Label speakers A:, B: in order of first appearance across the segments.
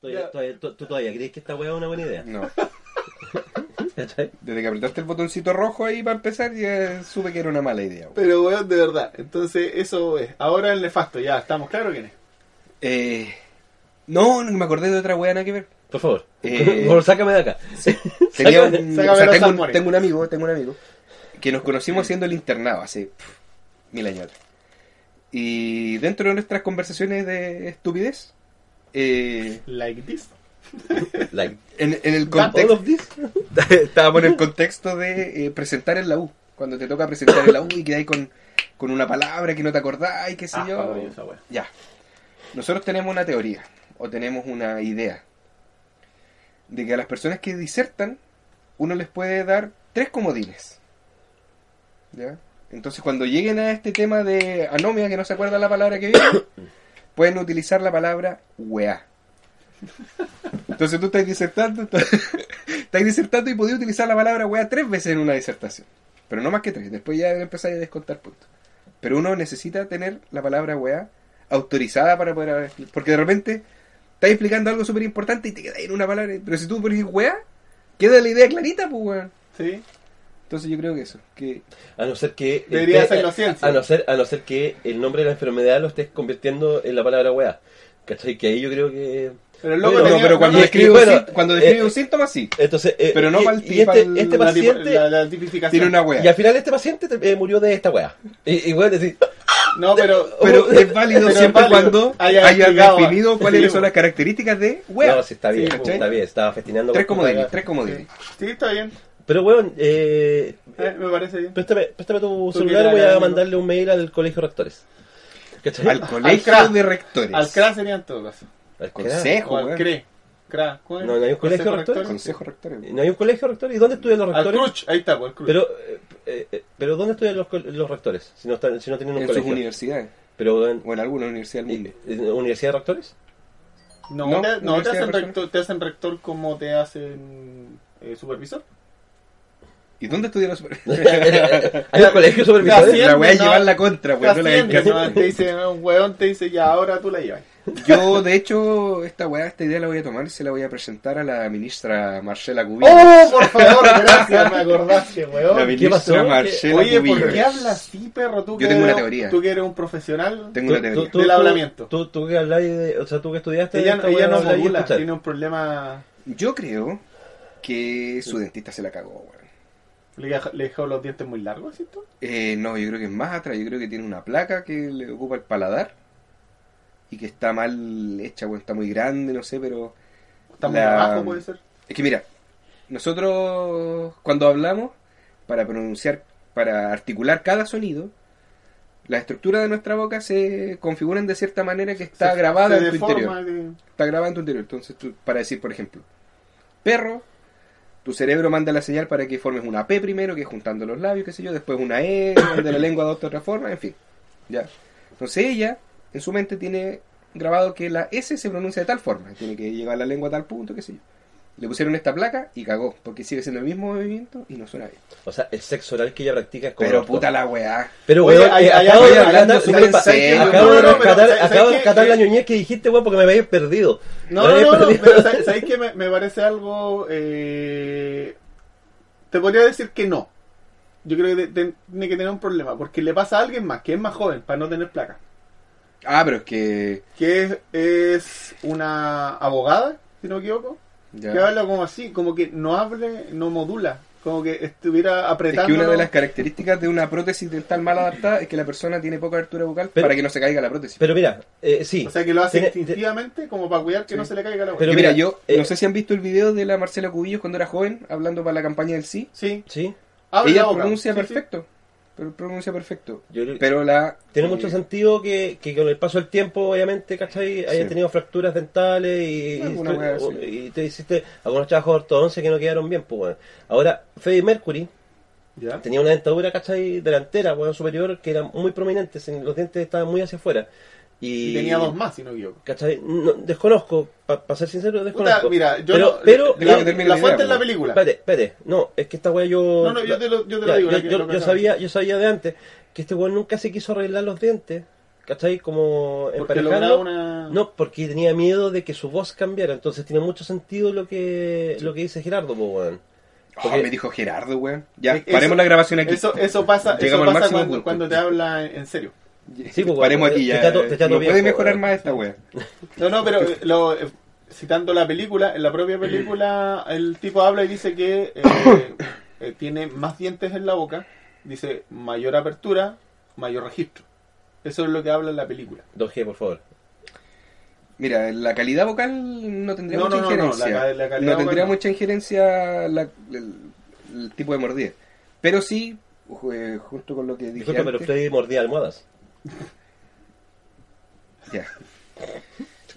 A: Todavía-
B: Ya.
A: todavía- tú, tú todavía crees que esta weá es una buena idea.
C: No.
A: ¿Cachai?
C: Desde que apretaste el botoncito rojo ahí para empezar, ya supe que era una mala idea. weón.
B: Pero, weón, de verdad. Entonces, eso es. Ahora el nefasto, ya, estamos claro quién es.
C: Eh, no, no me acordé de otra weá, nada que ver.
A: Por favor.
C: Eh,
A: Por favor, sácame de acá.
C: Tenía
A: Sácame-
C: un-
B: sácame
C: o sea,
B: los
C: tengo, un,
B: salmones.
C: tengo un amigo, tengo un amigo, que nos conocimos haciendo el internado hace pf, mil años atrás. Y dentro de nuestras conversaciones de estupidez, eh,
B: Like this.
A: Like,
C: en, en el
A: all
C: contexto,
A: of this.
C: estábamos en el contexto de eh, presentar en la U. Cuando te toca presentar en la U y quedáis con, con una palabra que no te acordás y qué sé
B: Ah,
C: yo.
B: para mí esa weá.
C: Ya. Nosotros tenemos una teoría o tenemos una idea de que a las personas que disertan uno les puede dar tres comodines. ¿Ya? Entonces cuando lleguen a este tema de anomia que no se acuerda la palabra que viene, pueden utilizar la palabra weá. Entonces tú estás disertando, estás estás disertando y podías utilizar la palabra weá tres veces en una disertación. Pero no más que tres, después ya empezáis a descontar puntos. Pero uno necesita tener la palabra weá autorizada para poder haber expli- Porque de repente estás explicando algo súper importante y te queda en una palabra. Pero si tú pones weá, queda la idea clarita, pues weón.
B: Sí.
C: Entonces yo creo que eso. Que...
A: A no ser que.
B: Debería
A: eh,
B: hacerlo
A: a-
B: ciencia.
A: A no, ser, a no ser que el nombre de la enfermedad lo estés convirtiendo en la palabra weá. ¿Cachai? Que ahí yo creo que.
B: Pero el loco
A: Bueno,
C: No,
B: tenía
C: pero cuando
A: y-
B: no,
A: es que,
C: describe, un
A: bueno,
C: sí- cuando
A: eh,
C: describe un síntoma, sí.
A: Entonces, eh,
C: Pero no
A: y,
C: pal-
A: y este,
C: pal-
A: este
B: la, tip-
A: paciente.
B: la- la tipificación.
C: Tiene una
A: y
C: weá.
A: al final este paciente eh, murió de esta weá. Y, y weón, decís, "Ah,
B: No, pero.
C: Pero es válido
B: Pero es
C: siempre
B: válido.
C: cuando
B: Haya
C: haya,
B: explicado,
C: definido
B: sí,
C: cuáles son
B: bueno.
C: las características de weá.
A: no, sí, está bien,
B: Sí,
A: está
C: ¿cachai?
A: bien, estaba festinando.
C: tres
A: con tu
C: comodines,
A: cara.
C: tres comodines.
B: Sí, está bien.
A: Pero weón, eh,
B: Eh, me parece bien.
A: préstame, préstame tu
B: Tú
A: celular,
B: quieras
A: voy
B: ganar,
A: a
B: ¿no?
A: mandarle un mail al colegio de rectores. ¿Cachai?
C: Al colegio
B: CRA.
C: de rectores.
B: Al CRA sería en todo caso.
A: Al
C: consejo.
B: O al
C: weón.
B: CRE. CRA. ¿Cómo es?
A: No, no hay un colegio
B: Consejo
A: de rectores.
C: Consejo rector.
A: ¿No hay un colegio de rectores? ¿Y dónde estudian los
B: Al
A: rectores?
B: CRUCH. Ahí está, pues el CRUCH.
A: Pero, eh, eh, pero ¿dónde estudian los, col- los rectores? Si no, están, si no tienen un
C: En sus
A: colegio.
C: universidades.
A: Pero, eh,
C: O en alguna universidad del mundo.
A: eh, ¿Universidad de rectores?
B: No,
C: No,
B: te, no, te
C: universidad
B: hacen
C: de
B: rector, te hacen rector como te hacen eh, supervisor.
C: ¿Y dónde estudiaron super...
A: ¿Hay un colegio
B: Así
A: supervisor?
B: es.
C: La voy a
B: no.
C: llevar la contra,
B: Te
A: Pues
C: weón. No la hagáis
B: ascienden,
C: caso.
B: ¿no? Te dice un weón, te dice ya, ahora tú la llevas.
C: Yo, de hecho, esta weá, esta idea la voy a tomar y se la voy a presentar a la ministra Marcela Cubillos.
B: ¡Oh, por favor! Gracias, me acordaste,
C: la
B: weón.
A: ¿qué pasó?
C: ministra
A: ¿Qué?
C: Marcela
B: Oye, ¿por
C: Cubillos.
B: qué hablas así, perro? Tú
C: Yo
B: que
C: tengo una
B: eres-
C: teoría.
B: Tú que eres un profesional.
C: Tengo una teoría.
B: Del hablamiento.
A: Tú, tú que habláis de. O sea, tú que estudiaste.
B: Ella,
A: esta
B: ella
A: weá,
B: no
A: habláis y
B: modula,
A: escucháis.
B: tiene un problema.
C: Yo creo que su dentista se la cagó, weón.
B: Le, dejó- le dejó los dientes muy largos, ¿cierto?
C: Eh, no, yo creo que es más atrás. Yo creo que tiene una placa que le ocupa el paladar y que está mal hecha, weón. Está muy grande, no sé, pero.
B: Está muy
C: La-
B: abajo, puede ser.
C: Es que mira, nosotros cuando hablamos, para pronunciar, para articular cada sonido, la estructura de nuestra boca se configuran de cierta manera que está
B: Se-
C: grabada
B: se
C: en tu
B: deforma
C: interior.
B: de-
C: Está grabada en tu interior. Entonces, tú- para decir, por ejemplo, perro, tu cerebro manda la señal para que formes una P primero, que es juntando los labios, qué sé yo, después una E, donde la lengua adopta otra forma, en fin. Ya. Entonces ella, en su mente, tiene grabado que la S se pronuncia de tal forma, tiene que llegar la lengua a tal punto, qué sé yo. Le pusieron esta placa y cagó, porque sigue siendo el mismo movimiento y no suena bien.
A: O sea, el sexo oral que ella practica es como.
C: Pero
A: orto.
C: puta la weá.
A: Pero,
B: Oye,
A: weón,
B: ahí-
A: eh,
B: ahí
A: acabo de
C: hablando
A: rescatar-
C: súper
A: acabo-
C: en serio,
A: acabo de
C: weón. No, no,
B: pero
A: rescatar-
B: ¿sabes-
A: acabo de
B: sabes
A: rescatar
B: qué?
A: la ñoñez que dijiste, weón, porque me habéis perdido.
B: No,
A: Me
B: no,
A: habéis
B: no, no,
A: perdido.
B: pero sa- ¿sabéis que me, me parece algo... eh, te podría decir que no. Yo creo que te- te- tiene que tener un problema, porque le pasa a alguien más, que es más joven, para no tener placa.
C: Ah, pero es que.
B: Que es, es una abogada, si no me equivoco,
C: ya.
B: que habla como así, como que no hable, no modula, como que estuviera
C: Es
B: apretando...
C: que una de las características de una prótesis dental mal adaptada es que la persona tiene poca abertura bucal
A: Pero-
C: para que no se caiga la prótesis.
A: Pero mira, eh, sí.
B: O sea, que lo hace
A: Tiene-
B: instintivamente como para cuidar que no se le caiga la
A: Pero
C: Que
B: boca.
C: mira,
A: mira,
C: yo
A: eh,
C: no sé si han visto el video de la Marcela Cubillos cuando era joven, hablando para la campaña del sí.
B: Sí,
A: Sí.
B: habla
C: Ella
B: abogado.
C: pronuncia
B: Ah, Sí, sí.
C: perfecto. Pero pronuncia perfecto.
A: Yo creo-
C: Pero la.
A: Tiene
C: eh,
A: mucho sentido que, que con el paso del tiempo, obviamente, ¿cachai? Hayas
C: Sí.
A: tenido fracturas dentales y,
C: Alguna
A: y-
C: wea así.
A: y te hiciste algunos trabajos de ortodoncia que no quedaron bien, pues, weón. Ahora, Freddie Mercury
B: Ya.
A: tenía una dentadura, ¿cachai? Delantera, weón, superior, que era muy prominente, sin- los dientes estaban muy hacia afuera. Y,
B: Y tenía dos más, si no me equivoco.
A: ¿Cachai? No, desconozco, para ser sincero, desconozco.
B: Puta, mira, yo
A: pero,
B: no-
A: pero,
C: Déjame
B: la,
C: que termine
B: la
C: la idea,
B: fuente es la
C: pues.
B: película.
A: Espérate, espérate. No, es que esta weá yo.
B: No, no, yo te lo- yo te lo
A: Ya,
B: digo,
A: Yo,
B: la que-
A: yo-
B: lo que
A: yo
B: acabas.
A: sabía, yo sabía de antes que este weón nunca se quiso arreglar los dientes. ¿Cachai? Como
B: Porque lograba
A: emparejando.
B: una...
A: No, porque tenía miedo de que su voz cambiara. Entonces tiene mucho sentido lo que, lo que dice Gerardo, po, weón.
C: Oh,
A: Porque-
C: me dijo Gerardo, weón. Ya,
B: Eh, Eso-
C: paremos la grabación aquí.
B: Eso, eso pasa, eso
C: Llegamos al
B: pasa
C: máximo
B: cuando,
C: punto.
B: cuando te habla en serio.
A: Sí, pues,
C: paremos
A: weón,
C: aquí
A: te
C: ya. eh,
A: trato- te trato
C: no
A: bien,
C: puede
A: pues,
C: mejorar
A: weón.
C: más esta weón.
B: No, no, pero eh, lo, eh, citando la película, en la propia película el tipo habla y dice que eh, eh, tiene más dientes en la boca, dice mayor apertura, mayor registro. Eso es lo que habla en la película.
A: 2G, por favor.
C: Mira, la calidad vocal no tendría
B: No,
C: mucha
B: no, no, no,
C: injerencia.
B: la ca- la calidad
C: No tendría
B: vocal no.
C: mucha injerencia la- el, el tipo de mordida. Pero sí, eh, junto con lo que dije
A: Disculpa, pero
C: antes-
A: Freddy mordía almohadas.
C: Ya.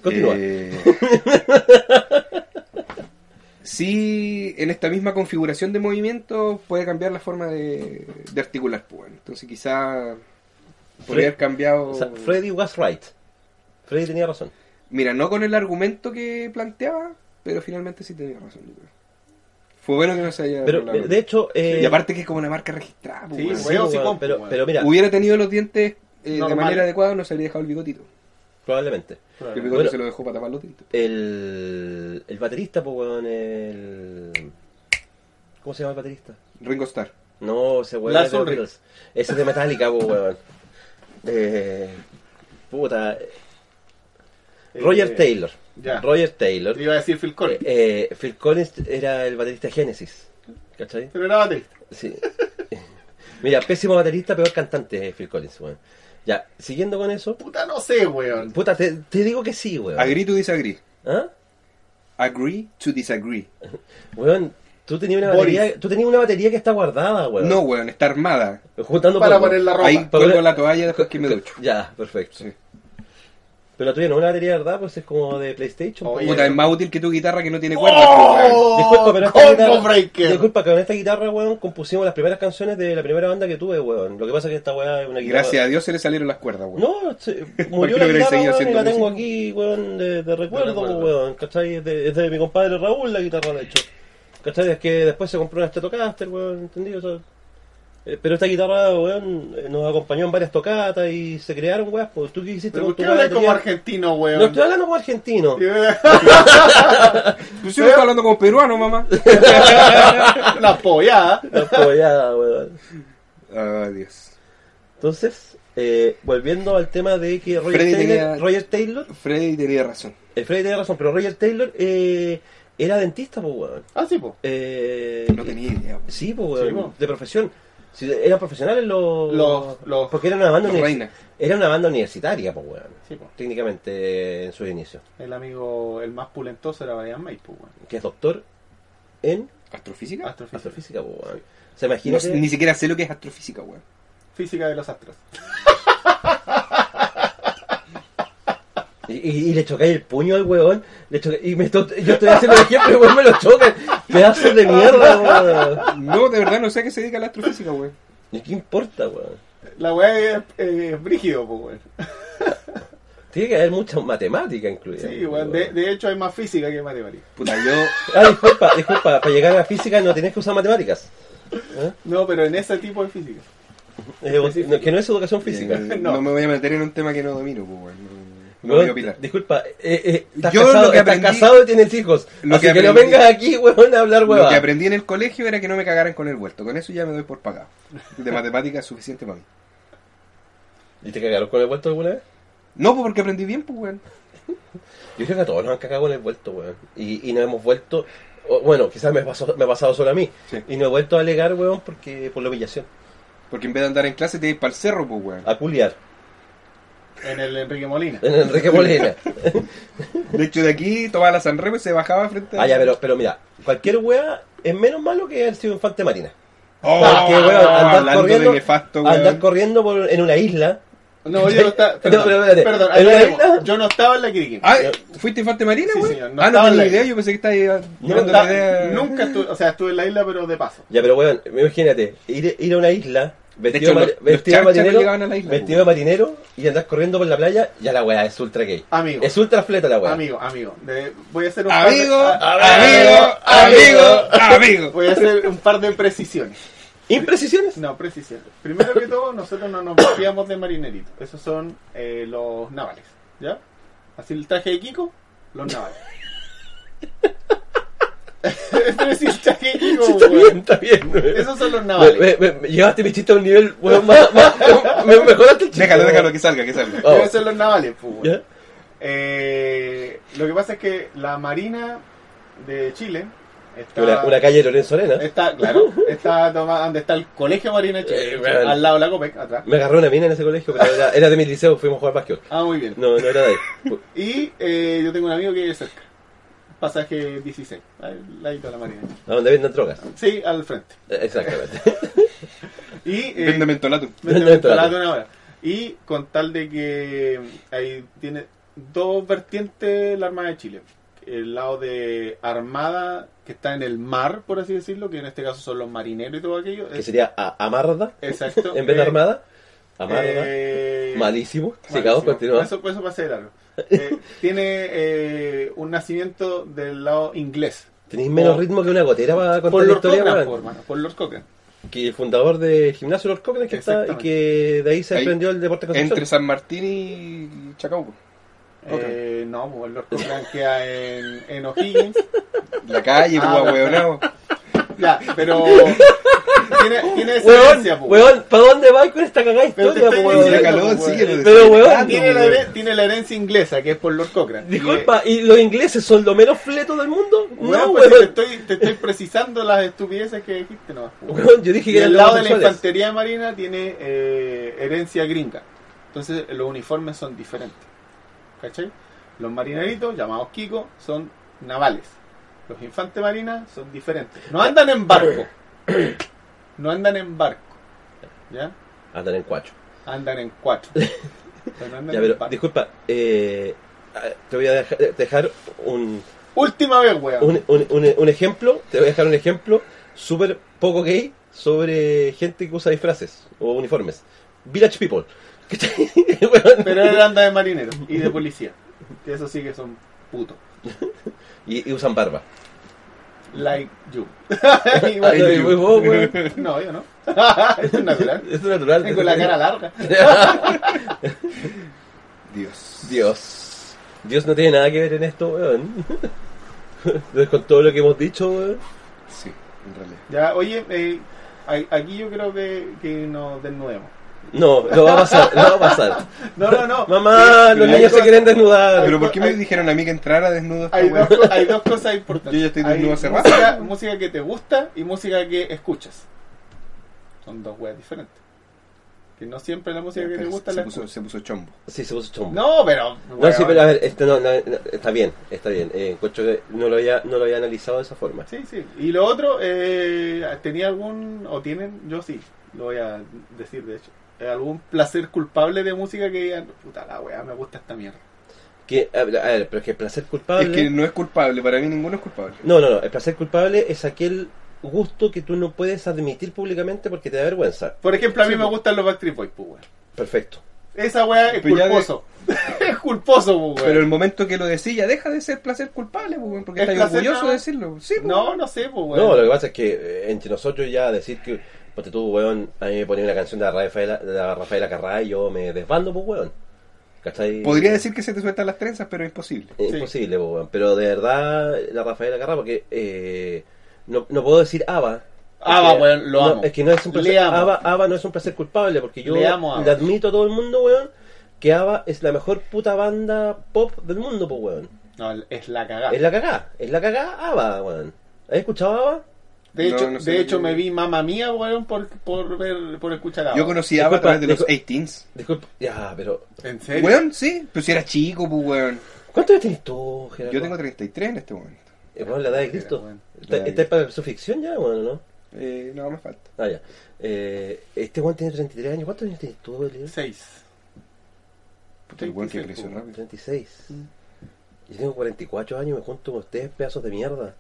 A: Continúa.
C: Eh, sí, en esta misma configuración de movimiento puede cambiar la forma de, de articular. pues, bueno. Entonces quizá podría haber cambiado...
A: O sea, Freddy was right. Freddy tenía razón.
C: Mira, no con el argumento que planteaba, pero finalmente sí tenía razón. yo creo. Fue bueno que no se haya...
A: Pero,
C: arreglado.
A: de hecho, eh,
C: y aparte que es como una marca registrada. pues,
B: Sí,
C: bueno.
A: sí,
B: huevo, sí,
A: weón,
B: compu,
A: pero,
B: weón.
A: pero mira,
C: Hubiera tenido los dientes eh, de
B: Normal.
C: manera adecuada, no se habría dejado el bigotito.
A: probablemente.
C: El bigote
A: Bueno.
C: se lo dejó para tapar los dientes.
A: El, el baterista, pues, weón, el... ¿Cómo se llama el baterista?
C: Ringo Starr.
A: No, ese weón
B: Lars
A: es de los
B: Ulrich.
A: Beatles. Ese es de Metallica, pues, weón. Eh, puta.
B: Eh,
A: Roger Taylor.
B: ya.
A: Roger Taylor.
B: Iba a decir Phil Collins,
A: Eh, eh, Phil Collins era el baterista de Genesis. ¿Cachai?
B: pero era baterista.
A: Sí. Mira, pésimo baterista, peor cantante, eh, Phil Collins, weón. Ya, siguiendo con eso.
B: Puta, no sé, weón.
A: Puta, te, te digo que sí, weón.
C: Agree to disagree.
A: ¿Ah?
C: Agree to disagree.
A: Weón, tú tenías una
B: Boris.
A: batería, tú tenías una batería que está guardada, weón.
C: No, weón, está armada.
A: Juntando
B: Para
A: polvo.
B: poner la ropa.
C: Ahí
A: Para
C: cuelgo
A: poner-
C: la toalla después que me ducho.
A: Ya, perfecto.
C: Sí.
A: Pero la tuya no es una batería, ¿verdad? Pues es como de PlayStation. pues,
B: Oye.
C: Puta,
A: weón.
C: es más útil que tu guitarra que no tiene cuerdas. pues, weón.
B: ¡Oh!
A: Disculpa, pero esta
B: Combo
A: guitarra,
B: breaker.
A: disculpa, pero con esta guitarra, weón, compusimos las primeras canciones de la primera banda que tuve, weón. Lo que pasa es que esta weá es una guitarra.
C: Gracias a Dios se le salieron las cuerdas, weón.
A: No, se- murió
C: qué
A: la guitarra,
C: no queréis seguir
A: weón, y la
C: haciendo
A: tengo
C: música?
A: aquí, weón, de, de recuerdo,
B: recuerdo.
A: weón, ¿cachai? Es de, es de mi compadre Raúl la guitarra, de hecho. ¿Cachai? Es que después se compró una Stratocaster, weón, ¿entendido? eh, pero esta guitarra, weón, eh, nos acompañó en varias tocatas y se crearon, weón, pues tú qué hiciste
B: ¿Pero
A: con
B: por
A: tu
B: qué hablas
A: batería?
B: como argentino, weón?
A: No estoy hablando como argentino. ¿Eh?
C: Pues yo estoy hablando como peruano, mamá.
B: La pollada.
A: No, pues ya, weón.
C: Ah, Dios.
A: Entonces, eh, volviendo al tema de que Roger
C: Freddy
A: Taylor,
C: tenía-
A: Roger Taylor,
C: Freddy tenía razón.
A: eh, Freddy tenía razón, pero Roger Taylor eh, era dentista, pues, weón.
B: Ah, sí, po.
A: Eh,
C: No tenía idea. weón.
A: Sí, pues,
B: Sí,
A: weón,
B: po.
A: de profesión. Sí, eran profesionales los,
B: Los- los-
A: Porque era una banda,
C: Los
A: univers-
C: Reina.
A: era una banda universitaria, pues, weón.
B: Sí, po.
A: Técnicamente eh, en sus inicios.
B: El amigo, el más pulentoso era Brian May, po, weón.
A: Que es doctor en
C: ¿Astrofísica?
B: Astrofísica.
A: astrofísica, pues, weón. Se imagina
C: No sé- ni siquiera sé lo que es astrofísica, weón.
B: Física de los astros.
A: Y, y- y le chocáis el puño al weón. Le choca- y me estoy- yo estoy haciendo el ejemplo y weón me lo chocan. Pedazos de mierda, weón.
C: No, de verdad no sé a qué se dedica la astrofísica, weón.
A: ¿Y qué importa, weón?
B: La weá es, eh, es brígido, po, weón.
A: Tiene que haber mucha matemática incluida.
B: Sí, weón. De, de hecho, hay más física que matemática.
C: Puta, yo...
A: Ah, disculpa, disculpa. Para llegar a la física no tenés que usar matemáticas.
B: No, pero en ese tipo de física.
A: Eh, vos- no, que no es educación física.
C: Eh,
B: No.
C: no. me voy a meter en un tema que no domino, pues, weón. No, no
A: Weón,
C: voy a opinar.
A: disculpa, eh, eh, estás,
C: Yo
A: casado,
C: lo que
A: estás
C: aprendí-
A: casado y tienes hijos.
C: Lo
A: así que,
C: que
A: no
C: aprendí-
A: vengas aquí, weón, a hablar,
C: Lo que
A: weón.
C: aprendí en el colegio era que no me cagaran con el huerto. Con eso ya me doy por pagado. De matemática es suficiente para mí.
A: ¿Y te cagaron con el vuelto alguna vez?
C: No, pues porque aprendí bien, pues, weón.
A: Yo creo que a todos nos han cagado con el vuelto, weón. Y, y nos hemos vuelto. o, bueno, quizás me, pasó, me ha pasado solo a mí.
C: Sí.
A: Y no he vuelto a alegar, weón, porque, por la humillación.
C: Porque en vez de andar en clase te ibas para el cerro, pues, weón.
A: A culiar.
B: En el Enrique Molina.
A: En Enrique Molina.
C: De hecho, de aquí tomaba la San Remo y se bajaba frente a...
A: Ah, ya, pero, pero mira, cualquier weá es menos malo que haber sido infante marina.
C: Oh,
B: Ah,
A: Porque, weón, andar
C: hablando
A: corriendo,
C: de nefasto, weón.
A: andar corriendo por- en una isla.
B: No, yo no estaba. Perdón,
A: No, pero espérate.
B: perdón,
A: ¿En la
B: aclaremos.
A: isla?
B: Yo no estaba en la Kirikin.
C: Ah, ¿fuiste infante marina,
B: Sí,
C: weón?
B: señor, no
C: ah,
B: estaba
C: no
B: en la
C: tenía idea,
B: isla.
C: yo pensé que estaba eh,
B: No
C: tirando
B: estaba-
C: la idea.
B: Nunca estuve, o sea, estuve en la isla, pero de paso.
A: Ya, pero weón, imagínate, ir, ir a una isla, vestido,
C: hecho,
A: de mar-
C: los- los
A: vestido de
C: charchas no
A: marinero,
C: llegaban a la isla,
A: vestido de marinero y andás corriendo por la playa, ya la weá es ultra gay.
B: Amigo.
A: Es ultra fleta la weá.
B: Amigo, amigo. de- voy a hacer un par de- Ah,
C: Amigo,
B: a-
C: amigo, amigo, amigo.
B: Voy a hacer un par de precisiones.
A: ¿Imprecisiones?
B: No, precisiones. Primero que todo, nosotros no nos vestíamos de marinerito. Esos son eh, los navales, ¿ya? Así el traje de Kiko, los navales. Pero si el traje de Kiko,
A: Sí, está
B: weón.
A: bien, está bien. weón.
B: Esos son los navales.
A: Me- me- me- llevaste mi chiste a un nivel, weón, más, más- me mejoraste el chiste.
C: Déjalo,
A: weón.
C: déjalo, que salga, que salga.
A: Ah.
B: Pero esos son los navales, pues, weón.
A: ¿Ya?
B: Eh, lo que pasa es que la Marina de Chile está,
A: Una, una calle de Lorenzo Arena.
B: está claro, está toma- donde está el Colegio Marina de Chile,
A: Eh, bueno.
B: al lado de la COPEC, atrás.
A: Me agarró una mina en ese colegio, pero era, era de mi liceo, fuimos a jugar básquet.
B: Ah, muy bien.
A: No, no era de ahí.
B: Y eh, yo tengo un amigo que vive cerca, pasaje 16, al ladito de la Marina.
A: A donde venden drogas.
B: Sí, al frente.
A: Eh, Exactamente.
B: Y, eh,
C: Vende mentolato.
B: Me
A: No, no,
B: tengo
A: claro.
B: instalado una hora. Y con tal de que ahí tiene dos vertientes la Armada de Chile. El lado de Armada, que está en el mar, por así decirlo, que en este caso son los marineros y todo aquello.
A: que
B: Es-
A: sería a- Amarda,
B: Exacto.
A: en vez de
B: Eh,
A: Armada. Amarda.
B: eh,
A: malísimo.
B: malísimo.
A: Sigamos, continúa.
B: Eso, eso va a ser largo. Eh, tiene eh, un nacimiento del lado inglés.
A: Tenéis menos
B: por-
A: ritmo que una gotera para contar
B: Por
A: la
B: Lord
A: historia,
B: Cochrane, por,
A: weón.
B: hermano, por Lord Cochrane.
A: Que el fundador del gimnasio Los Cochrane que está y
B: Exactamente.
A: que de ahí se
C: Ahí,
A: aprendió el deporte con
C: Entre San Martín y Chacauco.
B: Eh, no, pues Lord Cochrane queda en, en O'Higgins.
C: La calle,
B: Ah,
C: pues,
B: la-
C: hueonao.
B: Ya, pero tiene, tiene
A: Weón,
B: descendencia, po.
A: weón, ¿para dónde vais con esta cagada
B: Pero te
A: historia,
B: estoy
A: po,
C: Y la
B: diciendo,
A: weón?
C: calor pues,
B: pues,
C: sigue
B: weón.
A: Pero, weón,
C: representando,
B: Tiene, la,
C: weón.
B: here- tiene la herencia inglesa, que es por Lord Cochrane.
A: Disculpa, ¿y los ingleses son lo menos fleto del mundo?
B: Y, eh,
A: No,
B: weón, pues, te,
A: weón.
B: estoy, te estoy precisando las estupideces que dijiste, no.
A: Weón, yo dije
B: Y
A: que eran
B: el
A: los
B: lado de la
A: homosexuales.
B: infantería marina tiene eh, herencia gringa. Entonces, los uniformes son diferentes. ¿Cachai? Los marineritos, llamados Kiko, son navales. Los infantes marinas son diferentes. No andan en barco. No andan en barco. ¿Ya?
A: Andan en cuacho.
B: Andan en cuatro. Pero andan
A: Ya,
B: en
A: pero,
B: cuatro.
A: disculpa, eh, ah, te voy a deja- dejar un,
B: Última vez, weón.
A: un, un- un- un ejemplo, te voy a dejar un ejemplo súper poco gay sobre gente que usa disfraces o uniformes. Village People. ¿Cachai? Weón.
B: Pero él anda de marinero y de policía. Que eso sí que son putos.
A: y, y usan barba.
B: Like you.
A: Ah, no,
B: Igual
A: y
C: you.
A: vos, weón.
B: que- No, yo no. Eso es natural.
A: Es natural.
B: Tengo la cara larga.
C: Dios.
A: Dios. Dios no tiene nada que ver en esto, weón. Entonces, con todo lo que hemos dicho, weón.
C: Sí, en realidad.
B: Ya, oye, eh, a- aquí yo creo que, que nos desnudemos.
A: No, no va a pasar, no va a pasar.
B: No, no, no.
A: Mamá, los
C: hay
A: niños se
B: cosas-
A: quieren desnudar.
C: Pero ¿por qué me
B: hay-
C: dijeron a mí que entrara desnudo esta
B: Hay
C: hueá?
B: dos, co- hay dos cosas importantes.
C: Yo ya estoy
B: Hay
C: desnudo hace rato.
B: música, música que te gusta y música que escuchas. Son dos weas diferentes. Que no siempre la música que te
C: Pero
B: gusta
C: se,
B: la
C: puso, se puso chombo.
A: Sí, se puso chombo.
B: No, pero.
A: No,
B: weón.
A: sí, pero a ver, este, no, no, no, está bien, está bien. Eh, encuentro que no lo, había, no lo había analizado de esa forma.
B: Sí, sí. Y lo otro, eh, ¿tenía algún, o tienen, yo sí, lo voy a decir de hecho, eh, algún placer culpable de música que digan, puta la weá, me gusta esta mierda?
A: Que, a, ver, a ver, pero es que el placer culpable...
C: Es que no es culpable, para mí ninguno es culpable.
A: No, no, no, el placer culpable es aquel gusto que tú no puedes admitir públicamente porque te da vergüenza.
B: Por ejemplo, a mí
C: Sí,
B: me
C: po.
B: gustan los Backstreet Boys, pues weón.
A: Perfecto.
B: Esa weá es
C: Pero ya de-
B: culposo. es culposo, pues weón.
C: Pero el momento que lo decís ya deja de ser placer culpable, pues, weón, porque
B: ¿Es
C: estás
B: placer
C: orgulloso
B: nada?
C: de decirlo. Sí, pues,
B: No,
C: weón.
B: no sé, pues
A: No,
B: weón.
A: lo que pasa es que eh, entre nosotros ya decir que... Ponte tú, weón, a mí me ponía una canción de la Rafaela, de la Rafaela Carrá y yo me desbando, pues, weón. ¿Cachai?
C: Podría decir que se te sueltan las trenzas, pero es imposible.
A: Es
B: Sí.
A: imposible, po, weón. pero de verdad, la Rafaela Carrá, porque eh, no, no puedo decir ABBA.
B: ABBA,
A: Es que-
B: Ah, weón, lo
A: eh, no,
B: amo.
A: Es que no es Ah, un
B: Le
A: placer,
B: amo.
A: ABBA, ABBA no es un placer culpable, porque yo
B: Le amo a ABBA.
A: admito a todo el mundo, weón, que ABBA es la mejor puta banda pop del mundo, pues, weón.
B: No, es la cagada.
A: Es la cagá, es la cagá ABBA, weón. ¿Has escuchado ABBA?
B: De
C: No,
B: hecho,
C: no sé
B: de
C: lo
B: hecho
C: que-
B: me vi mamá mía, weón, por, por, ver, por escuchar a
C: Yo conocí a Ava a través de los
A: disculpa.
C: 18s.
A: Disculpa, ya, pero...
B: ¿En serio?
C: Weón, sí, pero si era chico, pues, weón.
A: ¿Cuántos años tienes tú, Gerardo?
C: Yo tengo 33 en este momento.
A: Eh, weón, la edad de Cristo.
B: Weón.
A: ¿Está-
C: La edad de
A: ¿Estás para su ficción ya, weón, no?
C: Eh, no, me falta.
A: Ah, ya. Eh, este weón tiene 33 años. ¿Cuántos años tienes tú, Elías?
B: Seis.
C: Puta, el weón que
B: 36,
C: creció
A: pues.
C: rápido.
A: 36. Yo tengo 44 años, me junto con ustedes, pedazos de mierda.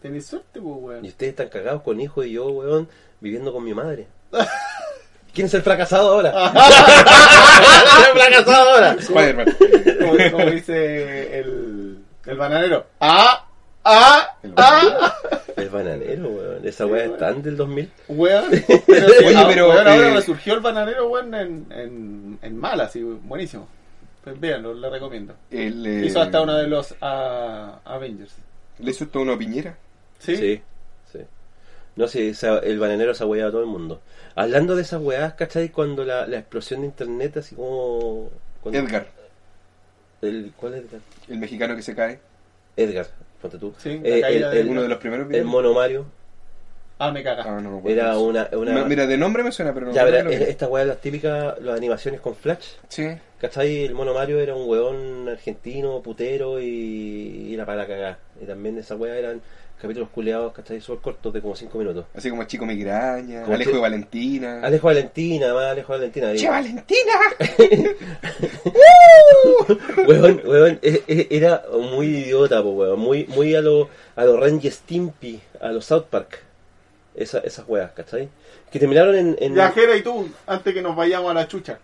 B: Tenés suerte, pues weón.
A: Y ustedes están cagados con hijos y yo, weón, viviendo con mi madre. ¿Quién es el fracasado ahora? el fracasado ahora!
C: Spider-Man.
B: como, como dice el, el bananero. ¡Ah! ¡Ah!
C: El
B: ¡Ah!
A: El bananero, weón. Esa weá es tan del 2000.
B: Weón, pero,
C: Oye,
B: ah,
C: pero,
B: weón, ahora
C: eh,
B: resurgió el bananero, weón, en, en, en mala, así, buenísimo. Pues véanlo, le recomiendo.
C: El, eh,
B: Hizo hasta uno de los ah, Avengers.
C: Le hizo todo una piñera.
B: ¿Sí?
A: Sí, sí. No, sí, esa- el bananero se ha hueado a todo el mundo. Hablando de esas hueadas, ¿cachai? Cuando la, la explosión de internet, así como. cuando-
C: Edgar,
A: El, ¿Cuál Edgar?
C: el mexicano que se cae.
A: Edgar, ponte tú.
B: Sí, la
A: Eh, el,
B: caída de
A: el-
C: Uno de los primeros
A: el mono Mario
B: Ah, me cagas.
C: Ah, no me acuerdo.
A: era una. una-
C: Ma- Mira, de nombre me suena, pero no
A: ya, eh,
C: me
A: verá,
C: acuerdo lo que
A: es-
C: era.
A: esta hueá, las típicas, las animaciones con flash.
C: Sí.
A: ¿Cachai? El mono Mario era un hueón argentino, putero y, y era para cagar. Y también esa hueá eran capítulos culeados, ¿cachai? Súper cortos de como 5 minutos.
C: Así como Chico Migraña,
A: Como
C: Alejo
A: que-
C: de Valentina.
A: Alejo Valentina, más Alejo Valentina. Y-
C: Ah. ¡Che, Valentina!
A: Weón, weón, e- e- era muy idiota, po, weón. Muy, muy a lo, a lo Ren y Stimpy, a los South Park. Esa- esas weas, ¿cachai? Que terminaron en. en-
B: Ya, Jera, y tú, antes que nos vayamos a la chucha.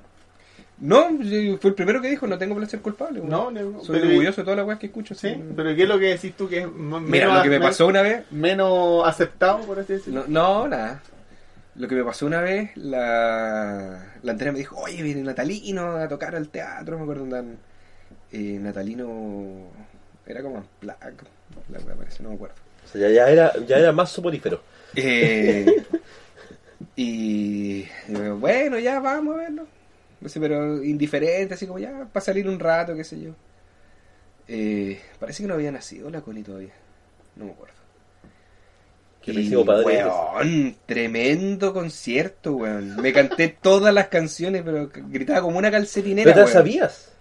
C: No, sí, fue el primero que dijo, no tengo placer culpable. weón.
B: No, no,
C: Soy
B: pero-
C: orgulloso de todas las weas que escucho.
B: ¿Sí?
C: así.
B: Pero ¿qué es lo que decís tú que es m-
C: Mm. Mira,
B: menos,
C: lo que me
B: men-
C: pasó una vez...
B: menos aceptado, por así decirlo?
C: No, no, nada. Lo que me pasó una vez, la, la Andrea me dijo, oye, viene Natalino a tocar al teatro, me acuerdo andan. eh, Natalino era como en placa, la wea parece, no me acuerdo.
A: o sea, ya, ya era, ya era más soporífero.
C: Eh, y yo, bueno, ya vamos a verlo. No sé, pero indiferente, así como ya, para salir un rato, qué sé yo. Eh, parece que no había nacido la Connie todavía. No me acuerdo.
A: Que
C: Y,
A: recibo padre.
C: Weón, tremendo concierto, weón. Me canté todas las canciones, pero c- gritaba como una calcetinera.
A: Pero te la
C: weón.
A: sabías.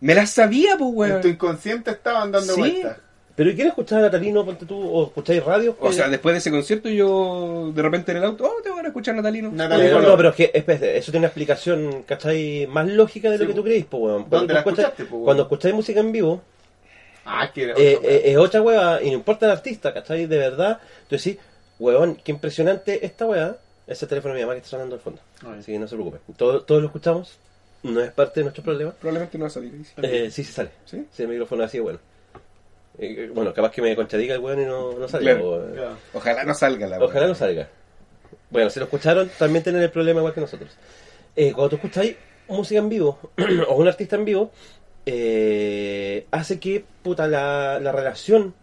C: Me las sabía, pues,
B: En tu
C: weón.
B: inconsciente estaban dando
C: Sí.
B: vueltas.
A: ¿Pero ¿y quién escuchaba a Catalino, ponte tú, o escucháis radio? Eh,
C: O sea, después de ese concierto, yo de repente en el auto, oh, tengo que ir a escuchar Natalino.
B: Natalino.
A: Eh,
B: Catalino.
A: no, pero es que espérate, eso tiene una explicación, ¿cachai? Más lógica de lo
B: Sí,
A: que tú
B: po.
A: creís, po, weón. Cuando
B: ¿Dónde la
A: tú escuchas-
B: escuchaste, po, weón?
A: Cuando escucháis música en vivo,
B: Ah, que
A: Eh, eh, es otra hueá, y no importa el artista, ¿cachai? De verdad, tú decís, huevón, qué impresionante esta hueá. Ese teléfono de mi mamá que está sonando al fondo.
B: Ay.
A: Así que no se preocupen. Todo- todos lo escuchamos, no es parte de nuestro problema.
C: Probablemente no va a salir. ahí, sí.
A: Eh, sí, se sale.
C: ¿Sí?
A: Si el micrófono es así, bueno. Eh, bueno, capaz que me contradiga el hueón y no, no salga.
C: Claro.
A: o, eh,
C: Ojalá no salga
B: Ah,
C: la
A: Ojalá
C: weá.
A: no salga. Bueno, si lo escucharon, también tienen el problema igual que nosotros. Eh, cuando tú escucháis música en vivo o un artista en vivo, eh, hace que puta la, la relación,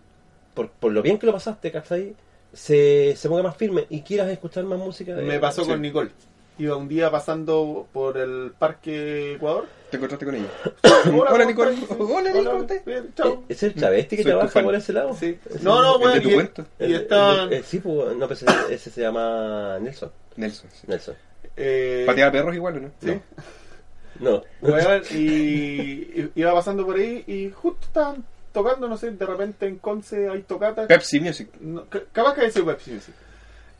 A: por, por lo bien que lo pasaste, ¿cachai? Se, se ponga más firme y quieras escuchar más música. de-
B: Me pasó
C: Sí.
B: con Nicole. Iba un día pasando por el Parque Ecuador.
C: Te encontraste con ella.
B: Hola,
C: Hola,
B: ¿cómo
C: Nicole.
B: estás?
C: Hola, Nicole, ¿cómo estás?
B: bien,
A: Eh,
B: Chao.
A: ¿Es el travesti que
C: Soy tu
A: trabaja
C: fan.
A: por ese lado?
B: Sí.
A: Ese-
B: No, no,
C: el de
B: bueno.
C: tu
B: y-
C: cuento.
B: Y estaban.
A: eh, sí, pues, no, pues, ese se llama Nelson.
C: Nelson. sí.
A: Nelson.
B: eh,
C: Pateaba perros igual, ¿o ¿no?
B: Sí.
A: No.
B: Weón, y y- iba pasando por ahí y justo estaban tocando, no sé, de repente en Conce hay tocata.
C: Pepsi Music.
B: No, ca- capaz que ese web music.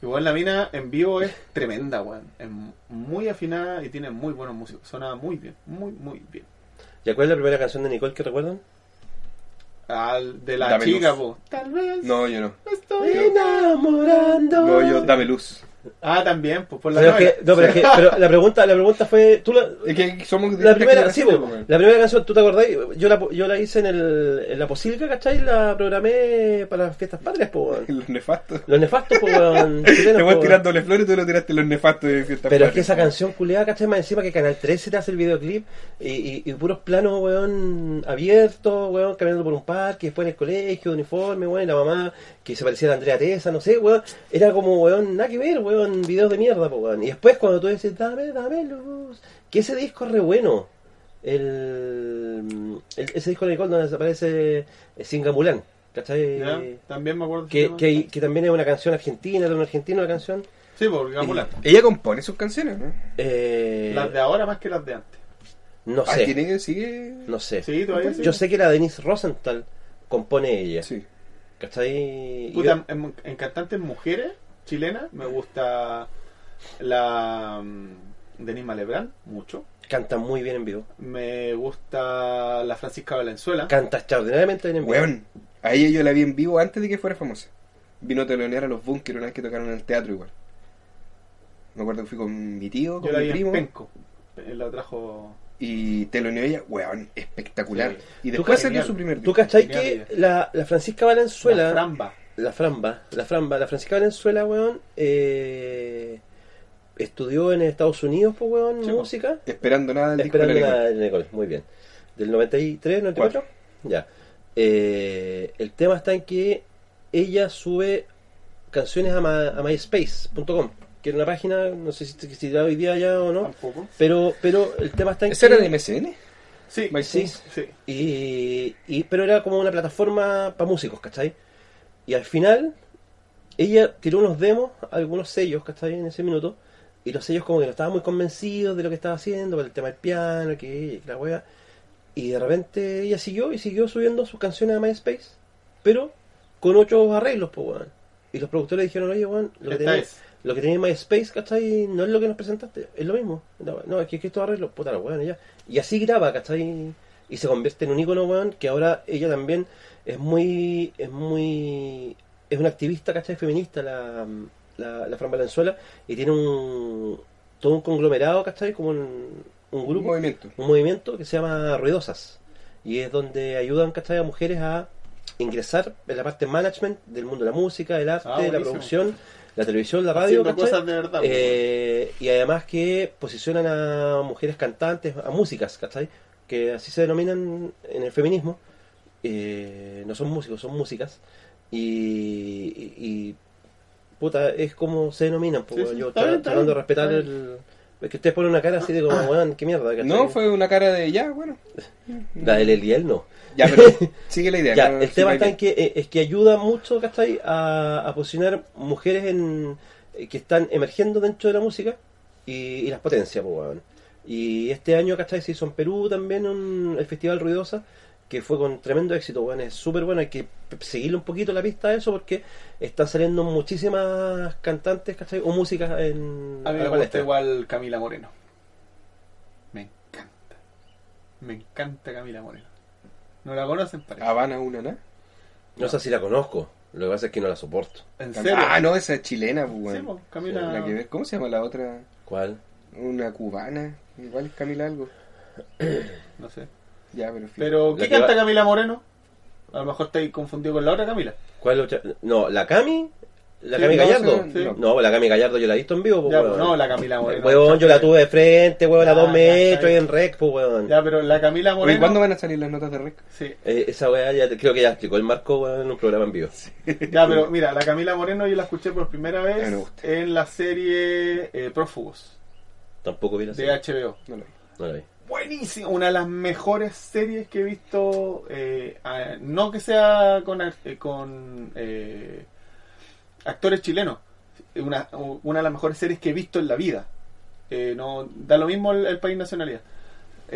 B: Igual la mina en vivo es tremenda, weón. Es muy afinada y tiene muy buenos músicos. Sonaba muy bien, muy, muy bien.
A: ¿Y cuál es la primera canción de Nicole que recuerdan?
B: Al de la
C: Dame
B: chica,
C: luz.
B: po. Tal vez.
C: No, yo no.
B: me estoy
A: Enamorando.
C: No, yo dame luz.
B: Ah, también, pues por la
A: Pero es
B: novela.
A: que- no, pero es que pero la pregunta, la pregunta fue, tú la,
C: Es que somos de
A: la primera,
C: distintas
A: sí,
C: generaciones,
A: vos,
C: weón.
A: la primera canción, ¿tú te acordás? Yo la, yo la hice en, el, en la posilga, ¿cachai? La programé para las fiestas patrias, po, weón.
C: Los nefastos.
A: Los nefastos, po, weón.
C: Te
A: chilenos, po,
C: voy
A: weón.
C: tirándole flores y tú lo tiraste los nefastos de fiesta
A: Pero es
C: patria.
A: que esa canción culeada, ¿cachai? Más encima que Canal 13 te hace el videoclip y, y- y puros planos, weón, abiertos, weón, caminando por un parque, después en el colegio, uniforme, weón, y la mamá que se parecía a la Andrea Tesa, no sé, weón. Era como, weón, nada que ver, weón, videos de mierda, po, weón. Y después cuando tú dices, dame, dame luz, que ese disco es re bueno. El, el- ese disco de Nicole donde desaparece Singamulán, ¿cachai?
B: Ya, También me acuerdo.
A: Que, que, que también es una canción argentina, de un argentino la canción.
B: Sí, porque Gamula.
C: Ella compone sus canciones, ¿no?
A: Eh,
B: Las de ahora más que las de antes.
A: No
C: Ah,
A: sé.
C: tiene- sigue.
A: No sé.
B: Sí, todavía sí.
A: Yo sé que la Denise Rosenthal compone ella.
C: Sí.
A: ¿Cachai? Y
B: Puta, en, en cantantes mujeres chilenas me gusta la mm, Denise Malebrán, mucho.
A: yo- canta muy bien en vivo.
B: Me gusta la Francisca Valenzuela.
A: Canta extraordinariamente bien en vivo.
C: Weón. A ella yo la vi en vivo antes de que fuera famosa. Vino a telonear a los Bunkers una vez que tocaron en el teatro igual. Me acuerdo que fui con mi tío,
B: Yo
C: con
B: la
C: mi
B: vi en
C: primo.
B: Penco. Eh, La trajo.
C: Y teloneó ella, weón, espectacular.
B: Sí.
C: Y después
B: Tú,
C: salió
B: genial.
C: su primer
A: ¿Tú
C: disco.
A: cachai
B: Genial
A: que
B: ella.
A: la, la Francisca
B: Suela.
A: Valenzuela
B: Framba.
A: la Framba, la Framba, la Francisca Valenzuela, weón, eh, estudió en Estados Unidos, pues, weón,
B: Sí, po.
A: música.
C: Esperando nada del disco de
A: Esperando
C: la
A: la
C: Nicole.
A: de Nicole, muy bien. Del 93, 94, ya. Eh, el tema está en que ella sube canciones a, ma- a myspace.com, que era una página, no sé si, si da hoy día ya o no,
B: Tampoco.
A: pero pero el tema está en
C: Ah. ¿Ese
A: que...
C: era de MSN?
B: Sí,
A: Sí.
B: sí.
A: Y, y- pero era como una plataforma para músicos, ¿cachai? Y al final, ella tiró unos demos, algunos sellos, ¿cachai? En ese minuto. Y los sellos como que no estaban muy convencidos de lo que estaba haciendo, por el tema del piano, que la wea. Y de repente ella siguió y siguió subiendo sus canciones a MySpace, pero con ocho arreglos, pues, weón. Y los productores dijeron, oye, weón, lo que
B: Esta
A: tenés-
B: es.
A: lo que tenía en MySpace, ¿cachai? No es lo que nos presentaste, es lo mismo. No, no, es que, es que esto arreglo, puta la weón, y ya. Y así graba, ¿cachai? Y se convierte en un ícono, weón, que ahora ella también es muy. es muy. es una activista, ¿cachai? Feminista, la, la, la Fran Valenzuela, y tiene un. todo un conglomerado, ¿cachai? Como un, un
C: Un
A: grupo, un,
C: movimiento.
A: movimiento que se llama Ruidosas. Y es donde ayudan, ¿cachai? A mujeres a ingresar en la parte management del mundo de la música, el arte,
B: Ah,
A: la
B: buenísimo.
A: producción, la televisión, la radio,
B: Haciendo
A: ¿cachai?
B: cosas de verdad. pues,
A: Eh, y además que posicionan a mujeres cantantes, a músicas, ¿cachai? Que así se denominan en el feminismo. Eh, no son músicos, son músicas. Y, y- y, puta, es como se denominan. po,
B: Sí,
A: weón.
B: sí,
A: yo
B: está
A: tra-
B: bien, está
A: tratando de
B: bien, Ah.
A: respetar
B: está
A: el... Es que ustedes ponen una cara así de como, weón, qué mierda, ¿cachai?
C: No, fue una cara de ya, bueno.
A: La del Eliel no.
C: Ya, pero sigue la idea.
A: Ya,
C: no,
A: el
C: sí,
A: tema
C: la
A: está en
C: idea.
A: que, eh, es que ayuda mucho, ¿cachai? A, a posicionar mujeres en, eh, que están emergiendo dentro de la música y, y las potencia, pues, weón. Y este año, ¿cachai? Se hizo en Perú también un, el Festival Ruidosa, que fue con tremendo éxito, weón. Es súper bueno, hay que p- seguirle un poquito la pista a eso porque están saliendo muchísimas cantantes, ¿cachai? O músicas en... a la
B: A mí me gusta
A: palestra.
B: igual Camila Moreno. Me encanta. Me encanta Camila Moreno. ¿No la conocen,
A: Ah,
B: parece?
C: Habana Ah, una, ¿no?
A: No sé si la conozco, lo que pasa es que no la soporto.
B: ¿En serio?
C: Ah, no, esa es chilena, pues,
B: Sí,
C: bueno.
B: po, Camila...
C: La que ves- ¿Cómo se llama la otra?
A: ¿Cuál?
C: Una cubana. Igual es Camila algo.
B: Ah, No sé.
C: Ya, pero en fin.
B: Pero,
A: La
B: ¿qué
A: que
B: canta
A: va-
B: Camila Moreno? A lo mejor estáis confundido con la otra Camila.
A: ¿Cuál otra? No, la Cami... La
B: Sí,
A: Cami
B: no,
A: Gallardo.
B: sí, sí.
A: No, la Cami Gallardo yo la he visto en vivo, pues,
B: Ya,
A: weón.
B: pues, no, la Camila
A: Eh,
B: Moreno.
A: Weón, yo la tuve de frente, weón, a
B: Ya,
A: dos
B: ya,
A: metros
B: está
A: y
B: bien.
A: en rec, pues, weón.
B: Ya, pero la Camila
C: Oye,
B: Moreno...
C: ¿Cuándo van a salir las notas de rec?
B: Sí.
A: Eh, esa weá ya te- creo que ya explicó el Marco, weón, en un programa en vivo.
B: Ya, pero mira, la Camila Moreno yo la escuché por primera
C: Ya,
B: vez
C: me gusta.
B: en la serie eh, Prófugos
A: Tampoco vi la
B: de
A: serie.
B: HBO.
C: No lo vi.
A: No la vi.
B: Buenísimo, una de las mejores series que he visto. eh, a- no que sea con, ar- eh, con eh, actores chilenos, una, una de las mejores series que he visto en la vida. Eh, no Da lo mismo el, el país nacionalidad.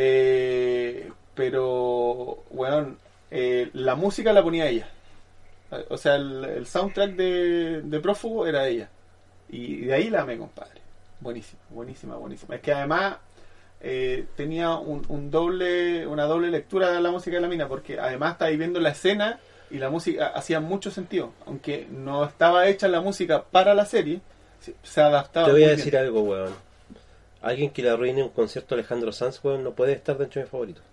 B: Eh, pero, bueno, la música la ponía ella. O sea, el, el soundtrack de, de Prófugo era de ella. Y de ahí la amé, compadre. Buenísima, buenísima, buenísima. Es que además eh, tenía un, un doble, una doble lectura de la música de la mina, porque además está ahí viendo la escena y la música hacía mucho sentido. Aunque no estaba hecha la música para la serie, se- se adaptaba.
A: Te voy a
B: Ah, muy
A: decir
B: bien.
A: algo, weón. Alguien que le arruine un concierto a Alejandro Sanz, weón, no puede estar dentro de mis favoritos.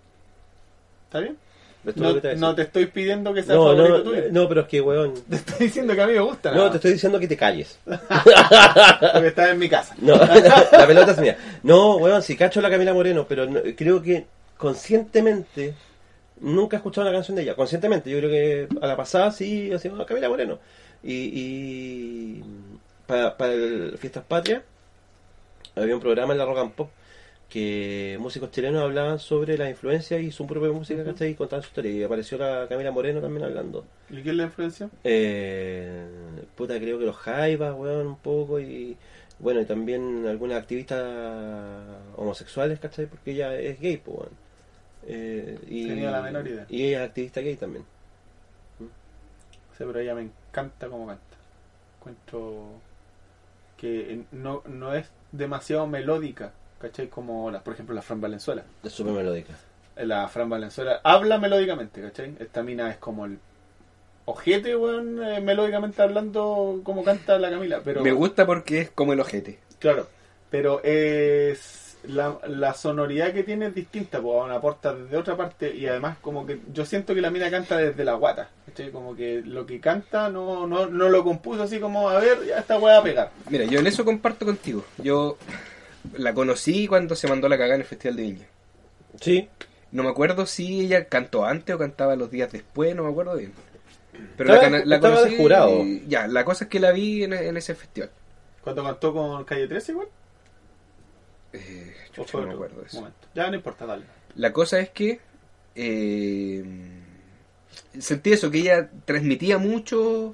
B: ¿Está bien?
A: Esto es
B: No,
A: lo que te voy a
B: no te
A: decir.
B: estoy pidiendo que sea
A: no,
B: favorito
A: no,
B: tuyo.
A: no, pero es que, weón.
B: Te estoy diciendo que a mí me gusta.
A: No, te estoy diciendo que te calles.
B: Porque está en mi casa.
A: No, la pelota es mía. No, weón, si cacho la Camila Moreno, pero no- creo que conscientemente nunca he escuchado una canción de ella. Conscientemente, yo creo que a la pasada sí, así, ah, Camila Moreno. Y, y para, para el Fiestas Patrias había un programa en la Rock and Pop que músicos chilenos hablaban sobre las influencias y su propia música,
B: Ujú.
A: ¿cachai? Y contaban su historia. Y apareció la Camila Moreno también hablando.
B: ¿Y quién la influenció?
A: Eh, puta, creo que los Jaivas, weón, un poco. Y bueno, y también algunas activistas homosexuales, ¿cachai? Porque ella es gay, pues, weón. Eh, y,
B: Tenía la menor idea.
A: Y ella es activista gay también.
B: Sí, pero ella me encanta como canta. Encuentro que no, no es demasiado melódica, ¿cachai? Como, la, por ejemplo, la Fran Valenzuela. Eh,
A: Es súper melódica.
B: La Fran Valenzuela habla melódicamente, ¿cachai? Esta mina es como el ojete, weón, eh, melódicamente hablando como canta la Camila. Pero,
C: Me gusta porque es como el ojete.
B: Claro, pero es la, la sonoridad que tiene es distinta, pues una aporta desde otra parte y además como que yo siento que la mina canta desde la guata, ¿cachai? ¿cachai? Como que lo que canta no, no, no lo compuso así como, a ver, ya esta weá a pegar.
C: Mira, yo en eso comparto contigo. Yo la conocí cuando se mandó la cagada en el Festival de Viña.
A: Sí,
C: No me acuerdo si ella cantó antes o cantaba los días después, no me acuerdo bien. Pero la,
A: Estaba-
C: cana- la
A: estaba de
C: conocí
A: jurado.
C: y ya, la cosa es que la vi en, en ese festival.
B: Cuando cantó con Calle 13 igual.
C: Eh,
B: ¿O
C: chucha,
B: fue
C: no me
B: otro
C: acuerdo de eso.
B: momento? Ya no importa, dale.
C: La cosa es que eh, sentí eso, que ella transmitía mucho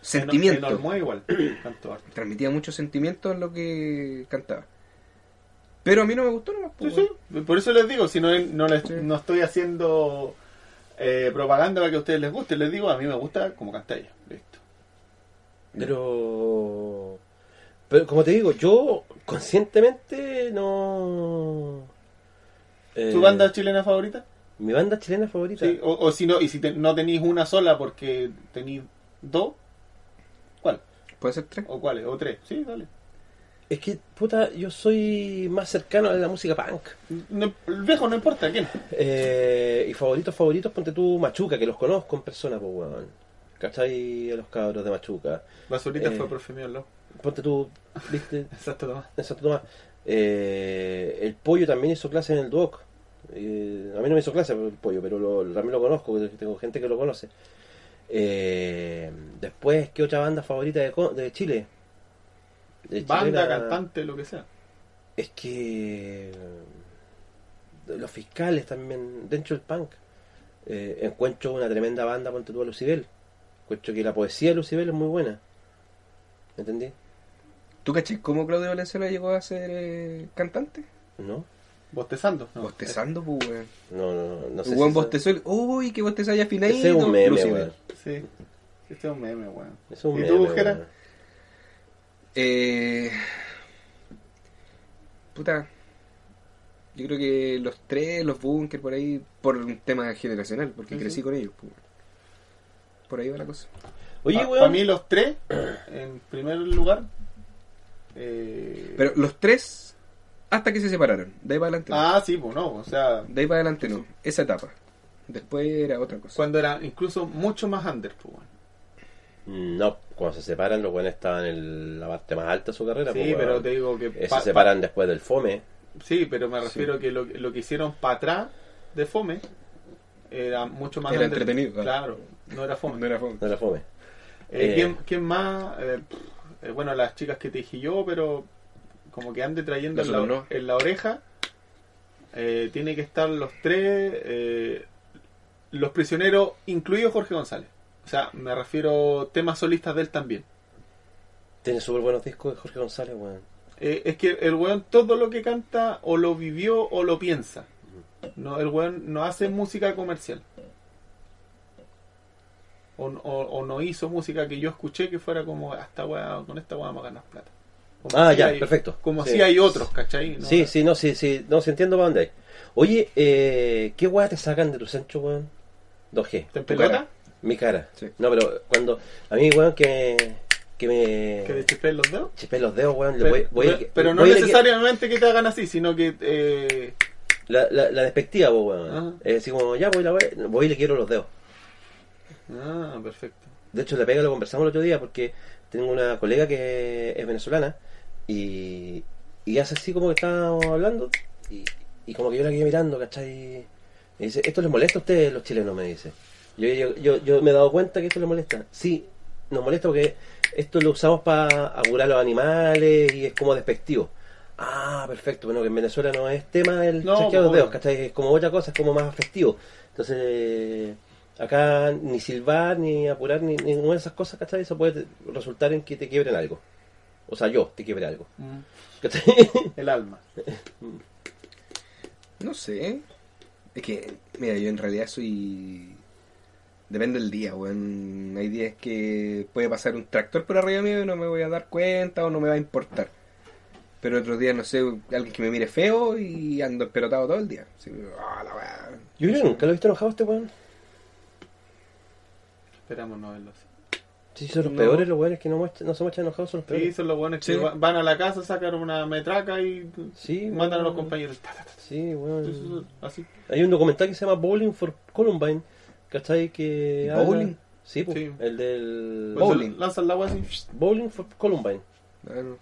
C: sentimiento.
B: En Olmué igual. Cantó harto.
C: transmitía mucho sentimiento en lo que cantaba. Pero a mí no me gustó nomás.
B: Sí,
C: pues,
B: sí.
C: weón.
B: Por eso les digo, si no, no, les-
C: Sí.
B: no estoy haciendo eh, propaganda para que a ustedes les guste, les digo, a mí me gusta como canta ella. Listo.
A: pero. Pero como te digo, yo conscientemente no. Eh,
B: ¿Tu banda chilena favorita?
A: Mi banda chilena favorita.
B: Sí, O, o si no, y si te- no tenéis una sola porque tenéis dos, ¿cuál?
C: Puede ser tres.
B: ¿O cuáles? ¿O tres? Sí, dale.
A: Es que, puta, yo soy más cercano a la música punk.
B: No- el viejo no importa, ¿quién?
A: Eh, y favoritos, favoritos, ponte tú Machuca, que los conozco en persona, pues, weón. ¿Cachai? A los cabros de Machuca.
B: Basurita
A: Eh.
B: fue profe mío, loco.
A: Ponte tú, viste,
B: Exacto, Tomás.
A: en Santo Tomás. Eh, el pollo también hizo clases en el Duoc. Eh, a mí no me hizo clase el pollo, pero lo- lo- también lo conozco, que tengo gente que lo conoce. Eh, después, ¿qué otra banda favorita de, co- de Chile? De
B: Banda,
A: chilena-
B: cantante, lo que sea.
A: Es que eh, los fiscales también, dentro del punk, eh, encuentro una tremenda banda ponte tú a Lucibel. Encuentro que la poesía de Lucibel es muy buena. ¿Me entendí?
C: ¿Tú caché cómo Claudio Valenzuela llegó a ser eh, cantante?
A: ¿No?
B: Bostezando. No.
C: Bostezando, pues, weón.
A: No, no, no, no sé.
C: El weón
A: si-
C: bostezó el- ¡Uy, que bostezó haya afinadito!
A: Ese es un meme,
C: Lucibel.
A: weón.
B: Sí. Este es un meme, weón.
A: Ese es un
B: ¿Y
A: meme.
B: tú, Jera?
A: weón.
C: Eh, puta. Yo creo que los tres, los bunker por ahí, por un tema generacional, porque
B: Sí,
C: crecí
B: sí.
C: con ellos. pues. Por ahí va la cosa.
A: Oye,
B: Pa-
A: weón.
B: pa' mí los tres, en primer lugar. eh,
C: Pero los tres, hasta que se separaron. De ahí para adelante. no.
B: ah, sí, pues no. O sea,
C: De ahí para adelante no. Esa etapa. Después era otra cosa.
B: cuando era incluso mucho más under, pues, weón.
A: No, cuando se separan, los weones estaban en la parte más alta de su carrera. pues,
B: Sí,
A: weón.
B: pero te digo que.
A: Eh,
B: pa-
A: se separan después del fome.
B: pa- sí, pero me refiero que lo, lo que hicieron para atrás de Fome era mucho más
C: Era
B: under.
C: entretenido, claro.
B: Claro, no era Fome.
C: No era fome.
A: No era fome.
B: Eh,
A: Eh,
B: ¿quién, quién más? Eh, pff, eh, bueno, las chicas que te dije yo, pero como que ande trayendo
C: Las
B: en la,
C: Supernovas.
B: en la oreja. Eh, tiene que estar los tres, eh, los prisioneros, incluido Jorge González. O sea, me refiero temas solistas de él también.
A: Tiene súper buenos discos de Jorge González, weón.
B: Eh, es que el weón todo lo que canta o lo vivió o lo piensa. No, el weón no hace música comercial. O, o- o no hizo música que yo escuché que fuera como, hasta weá, con esta weá vamos a ganar plata. Como
A: Ah,
B: si
A: ya,
B: hay-
A: perfecto.
B: Como
A: Sí.
B: si hay otros, ¿cachai? No,
A: Sí, sí, no, sí, sí, no, sí entiendo para dónde hay. Oye, eh, ¿qué weá te sacan de tu centro, weón? 2G,
B: ¿Te en pelota?
C: cara.
A: mi cara.
C: Sí.
A: No, pero cuando. A mí, weón, que me. que me.
B: Que te chiflen los dedos.
A: chipé los dedos, weón. Eh, le
B: Pero,
A: voy, voy-
B: pero- pero no
A: voy de-
B: necesariamente que te hagan así, sino que... eh,
A: La, la, la despectiva, po, weón.
B: Ajá.
A: Es decir, como, ya voy, la voy, voy y le quiero los dedos.
B: Ah, perfecto.
A: De hecho, la pega lo conversamos el otro día porque tengo una colega que es venezolana y, y hace así como que estábamos hablando y, y como que yo la quedé mirando, ¿cachai? Me dice, ¿esto les molesta a ustedes los chilenos? Me dice. Yo, yo, yo, yo me he dado cuenta que esto les molesta. Sí, nos molesta porque esto lo usamos para apurar a los animales y es como despectivo. Ah, perfecto. Bueno, que en Venezuela no es tema el
B: No, pues
A: chasquear los
B: bueno.
A: dedos, ¿cachai? Es como otra cosa, es como más festivo. Entonces, eh, acá ni silbar, ni apurar, ni ni ninguna de esas cosas, ¿cachai? Eso puede resultar en que te quiebren algo. O sea, yo te quiebre algo.
B: Mm,
A: ¿Cachai?
B: El alma.
C: No sé. Es que, mira, yo en realidad soy. Depende del día, weón. Hay días que puede pasar un tractor por arriba mío y no me voy a dar cuenta o no me va a importar. Pero otros días, no sé, alguien que me mire feo y ando esperotado todo el día. Así que, ah, la weá.
A: Yo creo que nunca lo he visto enojado a este weón.
B: Esperamos no verlo así.
A: Sí, son los
C: No.
A: peores los weones que no, muestran- no se muestran enojados, son los
B: Sí,
A: peores.
B: son los buenos
C: Sí.
B: que va- van a la casa, sacan una metraca y
A: Sí,
B: mandan a los
A: weón.
B: compañeros. Ta, ta, ta,
A: Sí,
B: ta. Eso
A: weón.
B: es Así.
A: Hay un documental que se llama Bowling for Columbine, ¿cachai? Que habla-
C: Bowling.
A: Sí, pues,
B: Sí.
A: el del
B: Pues
C: Bowling.
B: Lanzan el agua así.
A: Bowling for Columbine.
C: Ah, no.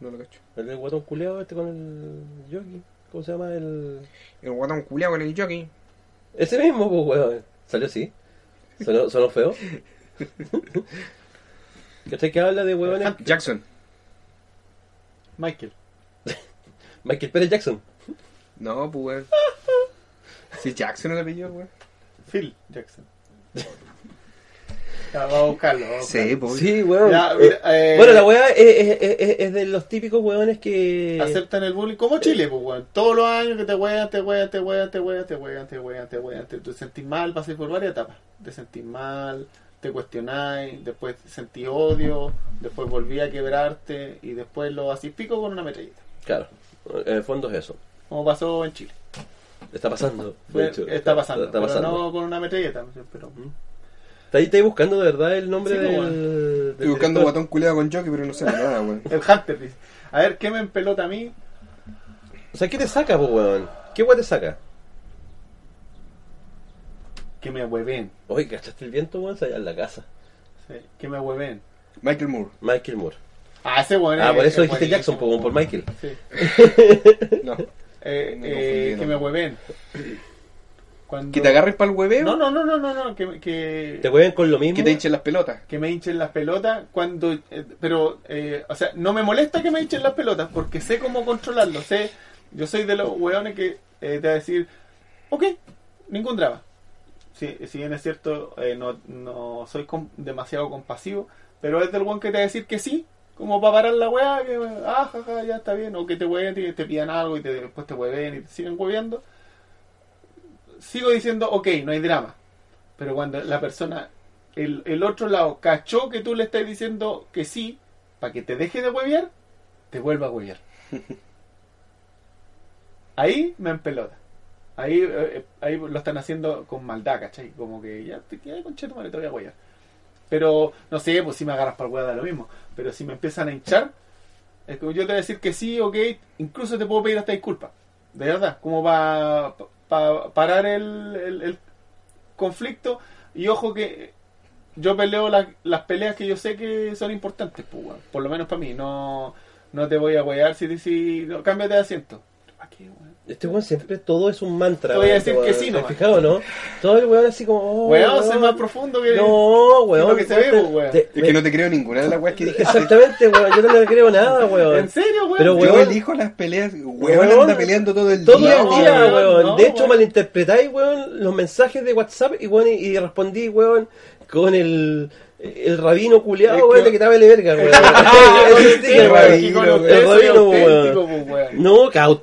C: No lo cacho.
A: El del guatón culeado este con el jockey. ¿Cómo se llama? El...
C: El guatón culiao con el jockey.
A: Ese mismo, pues, weón. Salió así. Sonó, sonó feo. ¿Cachai que habla de
C: Ah,
A: huevones?
C: Jackson.
B: Michael.
A: Michael Pérez Jackson.
C: No, pues weón. Si Jackson el apellido, weón.
B: Phil Jackson. ya, vamos a buscarlo. Vamos a
C: Sí,
B: buscarlo.
C: pues.
A: Sí, weón.
B: Ya,
A: Eh,
B: mira, eh,
A: bueno, la weá es, es- es- es- es de los típicos weones que.
B: Aceptan el bullying como Chile, pues, weón. Todos los años que te wean, te wean, te wean, te wean, te wean, te wean, te wean. Te, te sentís mal, pasé por varias etapas. Te sentís mal, te cuestionáis, después sentí odio, después volví a quebrarte y después lo así pico con una metralleta.
A: Claro, en el fondo es eso.
B: Como pasó en Chile.
A: Está pasando. de
B: Fue-
A: hecho.
B: está pasando,
A: Está,
B: pero
A: pasando.
B: no con una metralleta. Pero,
A: Está ahí está ahí buscando de verdad el nombre
B: Sí, pues,
A: del,
B: weón.
A: del
C: Estoy buscando
A: director.
C: guatón culiao con jockey, pero no sé nada, weón.
B: El Hunter dice: A ver, ¿qué me empelota a mí?
A: O sea, ¿qué te saca, po, weón? ¿Qué weón te saca?
B: Que me hueven.
A: Oye, ¿cachaste el viento, weón? Se allá en la casa.
B: Sí, que me hueven.
C: Michael Moore.
A: Michael Moore.
B: Ah, ese weón
A: Ah,
B: es-
A: por eso
B: es
A: dijiste Jackson, po,
B: buenísimo.
A: weón, por Michael.
B: Sí.
C: No.
B: Eh,
C: Me
B: eh,
C: confundieron.
B: que me hueven. Cuando-
C: Que te agarres para el hueveo.
B: No, no, no, no, no, no, que, que,
A: Te juegan con lo mismo.
C: Que te hinchen las pelotas.
B: que me hinchen las pelotas cuando... eh, pero, eh, o sea, no me molesta que me hinchen las pelotas porque sé cómo controlarlo. Sé, yo soy de los hueones que eh, te va a decir, ok, ningún drama. Si, si bien es cierto, eh, no, no soy com- demasiado compasivo, pero es del hueón que te va a decir que sí, como para parar la hueá, que ah, jaja, ya está bien, o que te hueven y te pidan algo y te, después te hueven y te siguen hueveando. Sigo diciendo, ok, no hay drama. Pero cuando la persona, el, el otro lado, cachó que tú le estás diciendo que sí, para que te deje de huevear, te vuelva a huevear. Ahí me empelota. Ahí, eh, ahí lo están haciendo con maldad, ¿cachai? Como que ya te quedas con cheto, te voy a huevear. Pero, no sé, pues si me agarras para el huevo da lo mismo. Pero si me empiezan a hinchar, es que yo te voy a decir que sí, ok, incluso te puedo pedir hasta disculpas. De verdad, como para parar el, el- el conflicto. Y ojo que yo peleo las- las peleas que yo sé que son importantes, pues, weón. por lo menos para mí. No, no te voy a huear si, si no, cámbiate de asiento. ¿Para qué, weón?
A: Este weón siempre todo es un mantra.
B: Te voy a
A: weón,
B: decir
A: weón.
B: que sí,
A: ¿Te
B: nomás.
A: has fijado, no? Todo el weón así como. oh,
B: Weón, soy más profundo que...
A: No, weón.
B: lo que se
A: weón,
B: ve,
A: te-
B: po, weón.
A: te-
C: Es
A: me-
C: que no te creo ninguna de las weas que dije.
A: Exactamente, weón. Yo no le creo nada, weón.
B: ¿En serio, weón?
A: Pero,
C: Yo
A: weón.
C: elijo las peleas. Weón
A: Weón.
C: anda peleando todo el
A: Todo
C: día.
A: el
B: No,
A: día,
B: weón,
A: weón.
B: no,
A: de hecho,
B: weón.
A: malinterpretáis, weón, los mensajes de WhatsApp y, weón, y, y respondí, weón, con el, el rabino
B: Es
A: culiado,
B: que-
A: weón, de que te vale verga, weón.
B: Ah,
A: Ese
B: sí,
A: sticker,
B: weón,
A: weón.
B: aquí con
C: weón.
B: ustedes
A: El
B: soy
A: rabino,
B: auténtico,
A: weón.
B: pues, weón.
A: No, caut.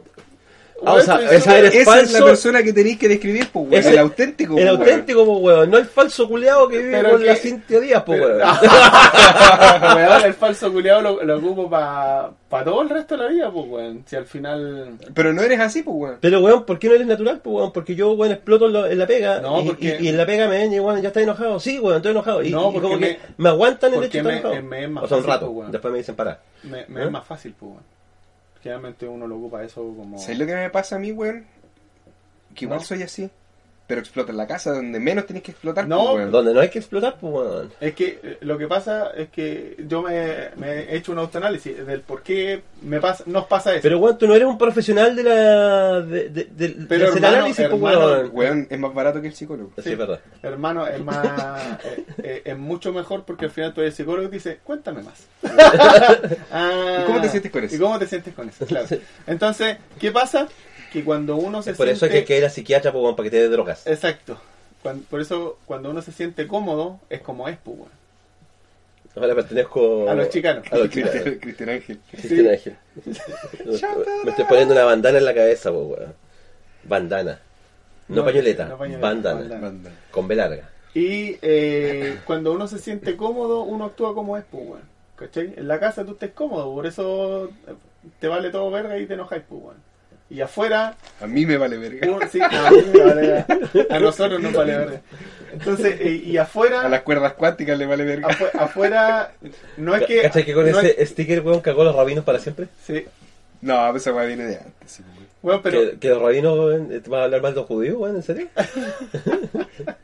A: Ah, o
B: Weón,
A: sea,
B: soy
A: esa
B: súper-
A: eres
C: Esa es la
A: falso.
C: persona que tenéis que describir, pues, weón.
A: Ese-
C: El
A: El
C: auténtico. pues, weón.
A: auténtico, pues, weón. No el falso culiado que vive
B: Pero
A: con
B: que-
A: la Cintia Díaz, pues,
B: Pero-
A: weón.
B: Weón, el falso culiado lo, lo ocupo para todo el resto de la vida, pues, weón. Si al final...
C: Pero no eres así, pues, weón.
A: Pero, weón, ¿por qué no eres natural? Pues, weón, porque yo, weón, exploto en, lo- en la pega.
B: No,
A: y,
B: porque-
A: y- y en la pega me ven y, weón, ya está enojado. Sí, weón, estoy enojado. Y,
B: No,
A: y
B: porque
A: como
B: me-
A: que me aguantan el
B: porque
A: hecho de
B: me-
A: estar enojado.
B: me es más
A: o sea, un
B: fácil,
A: rato.
B: pues, weón.
A: Después me dicen, para.
B: Me, me
A: ¿Eh?
B: es más fácil, pues, weón. Generalmente uno lo ocupa eso como...
C: ¿Sabes lo que me pasa a mí, weón? Que igual
B: No.
C: soy así. Pero explota en la casa donde menos tenés que explotar,
B: No,
C: pues, weón.
A: Donde no hay que explotar, pues, weón.
B: Es que eh, lo que pasa es que yo me, me he hecho un autoanálisis del por qué me pasa, nos pasa eso.
A: Pero, weón, tú no eres un profesional de la. De, de, del-
B: Pero,
A: de hacer
B: hermano,
A: análisis, pues,
B: hermano,
A: weón.
C: Weón, es más barato que el psicólogo.
A: Sí, es verdad.
B: Hermano, es más, eh, eh, es mucho mejor porque al final tú eres psicólogo y te dice, cuéntame más. Ah,
C: ¿Y cómo te sientes con eso?
B: ¿Y cómo te sientes con eso? Claro. Entonces, ¿qué pasa? Que cuando uno se
A: Es por eso
B: siente... Eh,
A: es que hay que ir a psiquiatra, pues, weón, para que te dé drogas.
B: Exacto. Cuan- por eso, cuando uno se siente cómodo, es como es, pues, weón.
A: Ahora pertenezco.
B: A los chicanos.
A: A los chicanos.
C: Cristian, Cristian Ángel.
A: Cristian Ángel. Me estoy poniendo una bandana en la cabeza, po, weón. Bandana. No, pañoleta,
B: no pañoleta,
A: bandana.
B: bandana.
C: Manda.
A: Con B larga.
B: Y eh, cuando uno se siente cómodo, uno actúa como es, pues, weón. ¿Cachai? En la casa tú estés cómodo, por eso eh, te vale todo verga y te enojáis, pues, weón. Y afuera,
C: A mí me vale verga.
B: uno- sí, a, mí me vale verga. A nosotros nos vale verga. Entonces, eh, y
C: A las
B: afuera,
C: cuerdas cuánticas le vale verga.
A: Ah.
B: afu- afuera, no es que.
A: ¿Cachai que con
B: no
A: ese
B: es-
A: sticker, weón, cagó a los rabinos para siempre?
B: sí,
C: No, pues esa weá viene de antes. sí, pues, weón.
B: weón, pero.
A: eh, ¿Que, que los rabinos weón, te van a hablar mal de los judíos, weón, ¿en serio?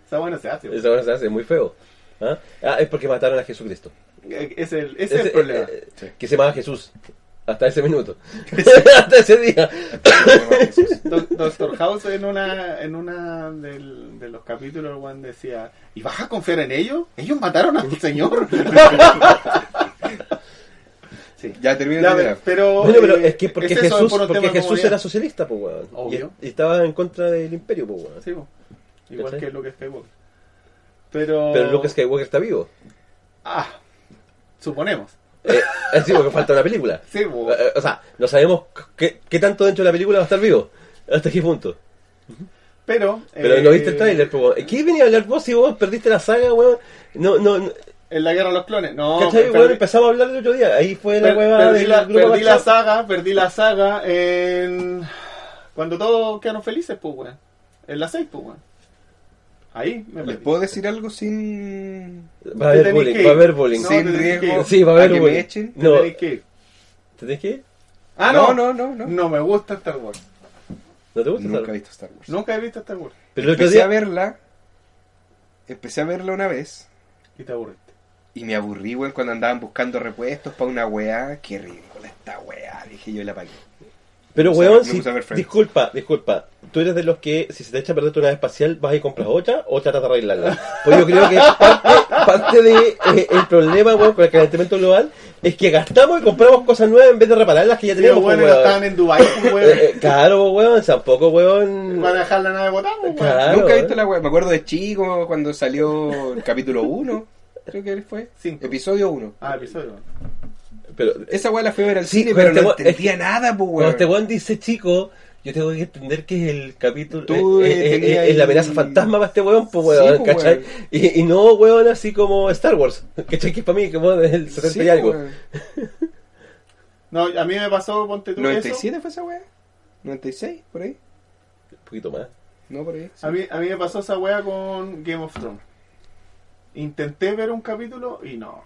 B: Esa bueno se hace.
A: Eso ahora se hace muy feo. ¿Ah? Ah, es porque mataron a Jesucristo.
B: Eh, Es el, ese es el problema.
A: eh,
C: Sí.
A: Que se llamaba Jesús. Hasta ese minuto. Hasta ese día.
B: Do- Doctor House en una en una del- de los capítulos Juan decía ¿y vas a confiar en ellos? Ellos mataron a tu señor. sí.
C: Ya termina
B: Ya,
C: la idea.
B: pero,
A: Bueno, pero
B: eh,
A: es que porque
B: es eso,
A: Jesús,
B: por un
A: porque
B: tema de
A: Jesús
B: comodidad.
A: era socialista, pues, weón. Y-
B: Obvio.
A: Y, estaba en contra del imperio, pues, weón.
B: Sí, po. igual
A: ¿Cachai?
B: que Luke Skywalker. Pero
A: Pero Luke Skywalker está vivo.
B: ah, suponemos.
A: Eh, así porque falta una película.
B: Sí, po.
A: Eh, O sea, no sabemos qué, qué tanto dentro de la película va a estar vivo. ¿Hasta qué punto?
B: pero
A: Pero
B: eh,
A: no viste el trailer, pues, weón. ¿Qué venía a hablar vos si vos perdiste la saga, weón? No, no, no.
B: En la guerra de los clones. No,
A: ¿Cachai?
B: pero-
A: Weón, empezamos a hablar el otro día. Ahí fue la
B: Per-
A: hueva
B: perdí
A: del
B: la,
A: grupo
B: perdí la
A: WhatsApp.
B: saga, perdí la saga en... Cuando todos quedaron felices, pues, weón. En la 6, pues, weón. Ahí me
C: ¿Les
B: perdí.
C: puedo decir algo sin,
A: Va a haber
B: Tenés que
A: bullying,
B: ir.
A: va a haber bullying.
B: No,
C: sin
B: te tenés que
C: riesgo
B: ir.
A: Sí, va a haber
C: que
A: bullying.
C: me echen?
A: No,
B: Tenéis que ir.
A: ¿tenés que ir?
B: Ah,
C: no,
B: no.
C: no, no, no.
B: me gusta Star Wars.
A: ¿No te gusta?
C: Nunca he
A: Star Wars?
C: visto Star Wars.
B: Nunca he visto Star Wars.
A: Pero el otro
C: Empecé a
A: día...
C: verla, empecé a verla una vez
B: Y te aburriste.
C: y me aburrí, weón, cuando andaban buscando repuestos para una weá. Qué ridícula esta weá, dije yo y la pagué.
A: Pero,
C: Me
A: weón,
C: gusta- me
A: si-
C: gusta ver Friends.
A: disculpa, disculpa. Tú eres de los que, si se te echa a perder tu nave espacial, vas y compras otra o tratas de arreglarla. Pues yo creo que parte, parte de eh, el problema, weón, con el calentamiento global es que gastamos y compramos cosas nuevas en vez de repararlas que ya
B: Pero,
A: teníamos.
B: bueno,
A: pues, weón.
B: estaban en Dubai, pues,
A: Eh,
B: weón.
A: eh, claro, weón, tampoco, weón.
B: Van a dejar la nave botada, pues, weón.
A: Claro.
C: Nunca he visto
A: eh.
C: la weá. Me acuerdo de chico cuando salió el capítulo 1, creo que fue.
B: Cinco.
C: Episodio 1.
B: Ah, episodio. weón.
A: Pero,
C: Esa weá la fui a ver al
A: Sí,
C: cine,
A: pero
C: pero,
A: este
C: no
A: weón-
C: entendía nada, pues
A: Cuando
C: weón.
A: este weón dice chico, yo tengo que entender que es el capítulo.
C: Tú,
A: es,
C: eh,
A: es-
C: tenías
A: es- es la
C: ahí-
A: amenaza fantasma para este weón, pues
C: Sí,
A: weón,
C: pues,
A: ¿cachai?
C: weón.
A: Y, y no weón así como Star Wars, ¿cachai? Que es para mí, que weón es el 70
C: Sí,
A: y algo.
C: weón.
B: No, a mí me pasó, ponte tú eso.
C: 97 fue esa weá. 96, por ahí.
A: Un poquito más.
C: No, por ahí. sí.
B: A mí, a mí me pasó esa wea con Game of Thrones. Intenté ver un capítulo y no.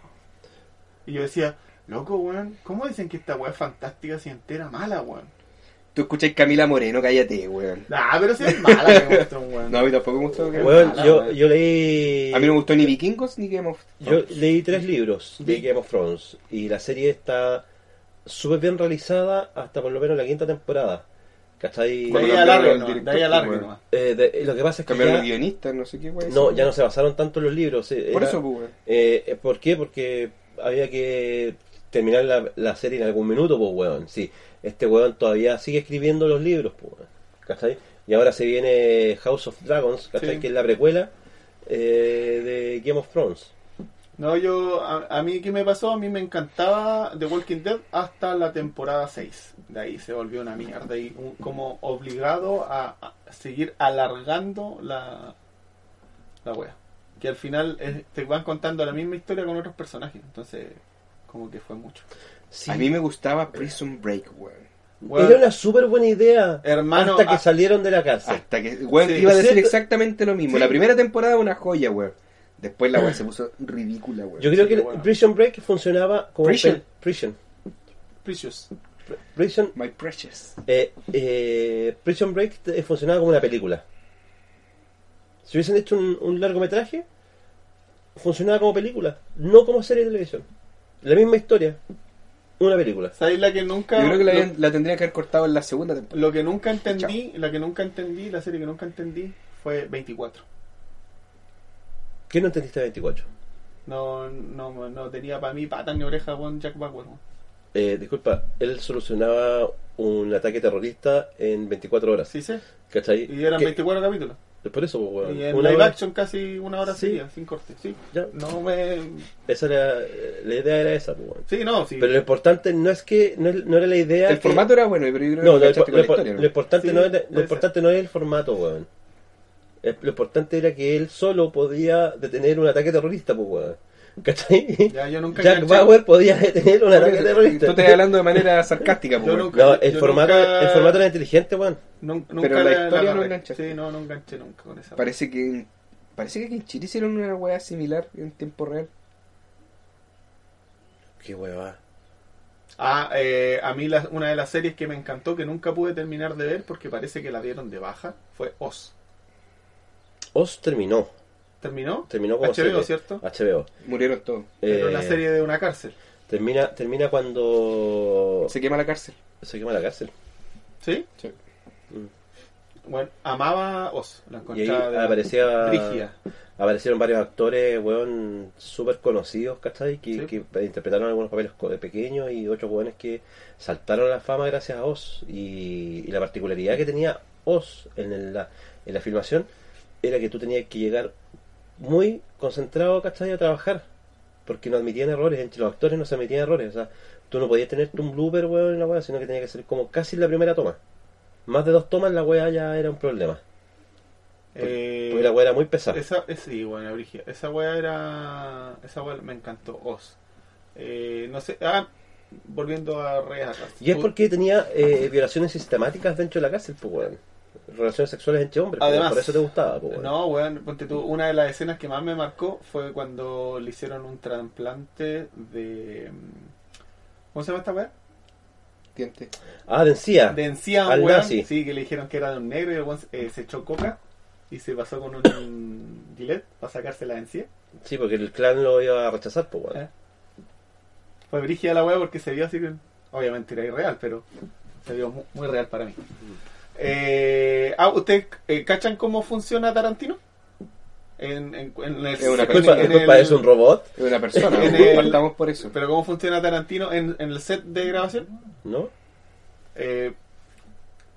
B: Y yo decía, loco, weón, ¿cómo dicen que esta wea es fantástica si entera mala, weón?
C: Tú escuchas Camila Moreno, cállate, weón.
B: Ah, pero si es mala Game of Thrones, weón.
C: No, a mí tampoco me gustó. Game of
A: Weón,
B: mala,
A: yo,
B: weón.
A: yo leí.
C: A mí no me gustó ni Vikingos ni Game of
A: Yo leí tres libros de
B: Vi-
A: Game of Thrones y la serie está súper bien realizada hasta por lo menos la quinta temporada. ¿Cachai?
B: de ahí
C: Cuando
B: a largo,
C: cambiaron
B: no,
C: el
B: de ahí a
C: director,
B: largo,
C: weón.
B: nomás.
A: Eh, de- lo que pasa es que.
C: Cambiaron
A: Ya,
C: los guionistas, no sé qué weón.
A: no, ya no se basaron tanto en los libros. eh,
C: Por
A: era-
C: eso, pues, weón.
A: Eh, ¿Por qué? Porque había que terminar la, la serie en algún minuto, pues, weón. Sí, este weón todavía sigue escribiendo los libros, pues, weón. ¿Cachai? Y ahora se viene House of Dragons, ¿cachai?
B: Sí.
A: Que es la precuela eh, de Game of Thrones.
B: No, yo, a, a mí, ¿qué me pasó? A mí me encantaba The Walking Dead hasta la temporada 6. De ahí se volvió una mierda y un- como obligado a, a seguir alargando la, la wea. Que al final eh, te van contando la misma historia con otros personajes. Entonces, como que fue mucho.
A: Sí.
C: A mí me gustaba Prison Break, weón.
B: Weón,
A: Era una súper buena idea.
B: Hermano,
A: hasta que
B: ah-
A: salieron de la cárcel.
C: Hasta que, weón,
B: Sí.
C: iba a decir
A: ¿Cierto?
C: exactamente lo mismo.
B: Sí.
C: La primera temporada una joya, weón. Después la weón se puso ridícula, weón.
A: Yo creo
B: sí,
A: que
B: bueno.
A: Prison Break funcionaba como
C: Prison.
A: pel- Prison.
B: Precious.
A: Prison,
C: My Precious.
A: eh, eh, Prison Break eh, funcionaba como una película. Si hubiesen hecho un, un largometraje, funcionaba como película, no como serie de televisión. La misma historia, una película.
B: ¿Sabéis la que nunca...
C: Yo creo que la,
B: lo-
C: habían- la tendría que haber cortado en la segunda temporada.
B: Lo que nunca entendí, la que nunca entendí, la serie que nunca entendí fue 24.
A: ¿Qué no entendiste de 24?
B: No, no, no tenía para mí patas ni orejas con Jack Bauer. weón.
A: Eh, disculpa, él solucionaba un ataque terrorista en 24 horas.
B: Sí, sí.
A: ¿Cachai?
B: Y eran
A: Que-
B: 24 capítulos.
A: Por eso, pues, weón,
B: Y en
A: una
B: live
A: hora-
B: action casi una hora
A: Sí.
B: seguida, sin corte. Sí.
A: Ya.
B: No me...
A: Esa era, la idea era esa, pues, weón.
B: Sí, no, sí.
A: Pero lo importante no es que no, no era la idea.
C: El
A: que-
C: formato era bueno, pero yo creo que
A: No, lo,
C: cachaste
A: lo-
C: con la
A: lo
C: historia, ¿no?
A: importante
B: Sí,
A: no era, lo
B: puede
A: importante no era el formato, weón. Es- Lo importante era que él solo podía detener un ataque terrorista, pues, weón. ¿Cachai?
B: Ya, yo nunca
A: Jack
B: enganché.
A: Bauer podía detener un ataque
C: Tú
A: terrorista.
C: estás hablando de manera sarcástica, pues,
B: Yo
C: weón.
B: nunca-
A: No, el
B: Yo
A: formato,
B: nunca-
A: el formato era inteligente, weón.
B: Nun- nunca
C: Pero la historia no
B: agarré.
C: enganchaste.
B: Sí, no, no enganché nunca con esa.
C: Parece que en- parece que aquí en Chile hicieron una weá similar en tiempo real.
A: Qué hueva.
B: Ah, eh, a mí la- una de las series que me encantó, que nunca pude terminar de ver porque parece que la dieron de baja, fue Oz.
A: Oz terminó.
B: terminó.
A: Terminó como serie.
B: HBO, ¿cierto?
A: HBO.
C: Murieron todos.
B: Pero
A: Eh,
B: la serie de una cárcel.
A: termina, termina cuando
C: Se quema la cárcel.
A: se quema la cárcel.
B: ¿Sí?
C: Sí.
B: Bueno, amaba a Oz. La
A: Y ahí
B: encontraba de la-
A: aparecía,
B: brígida.
A: aparecieron varios actores, weón, súper conocidos, ¿cachai? Que,
B: Sí.
A: que interpretaron algunos papeles co- pequeños y otros weones que saltaron a la fama gracias a Oz. Y, y la particularidad que tenía Oz en, el- la, en la filmación era que tú tenías que llegar muy concentrado, ¿cachai? A trabajar. Porque no admitían errores, entre los actores no se admitían errores. O sea, tú no podías tener un blooper, weón, en la weá, sino que tenía que ser como casi la primera toma. Más de dos tomas la weá ya era un problema.
B: Eh,
A: Porque la weá era muy pesada.
B: Esa, es, sí, bueno, Brigia. Esa weá era. Esa weá me encantó, Oz. Eh, no sé. Ah, volviendo a Reas.
A: Y es porque tenía eh, violaciones sistemáticas dentro de la cárcel, pues, weón. Relaciones sexuales entre hombres, pues,
B: Además.
A: por eso te gustaba, pues, weón.
B: No, weón, ponte tú, una de las escenas que más me marcó fue cuando le hicieron un trasplante de. mm, ¿Cómo se llama esta weá?
C: Diente.
A: Ah, de encía.
B: De encía a un
A: Al
B: weón.
A: nazi.
B: Sí, que le dijeron que era de un negro y el weón eh, se echó coca y se pasó con un gilet para sacarse la encía.
A: Sí, porque el clan lo iba a rechazar, pues, weón.
B: Eh. Fue brígida la weá porque se vio así que. Obviamente era irreal, pero se vio mu- muy, real para mí. Eh, ah, ¿ustedes eh, cachan cómo funciona Tarantino? En, en- en el,
C: Es una
A: Es culpa,
C: en
A: es
B: en
A: culpa,
B: el-
A: es un robot,
C: Es una persona.
B: En
C: weón.
B: el-
C: Partamos por eso.
B: Pero ¿cómo funciona Tarantino en, en el set de grabación?
A: ¿no?
B: Eh,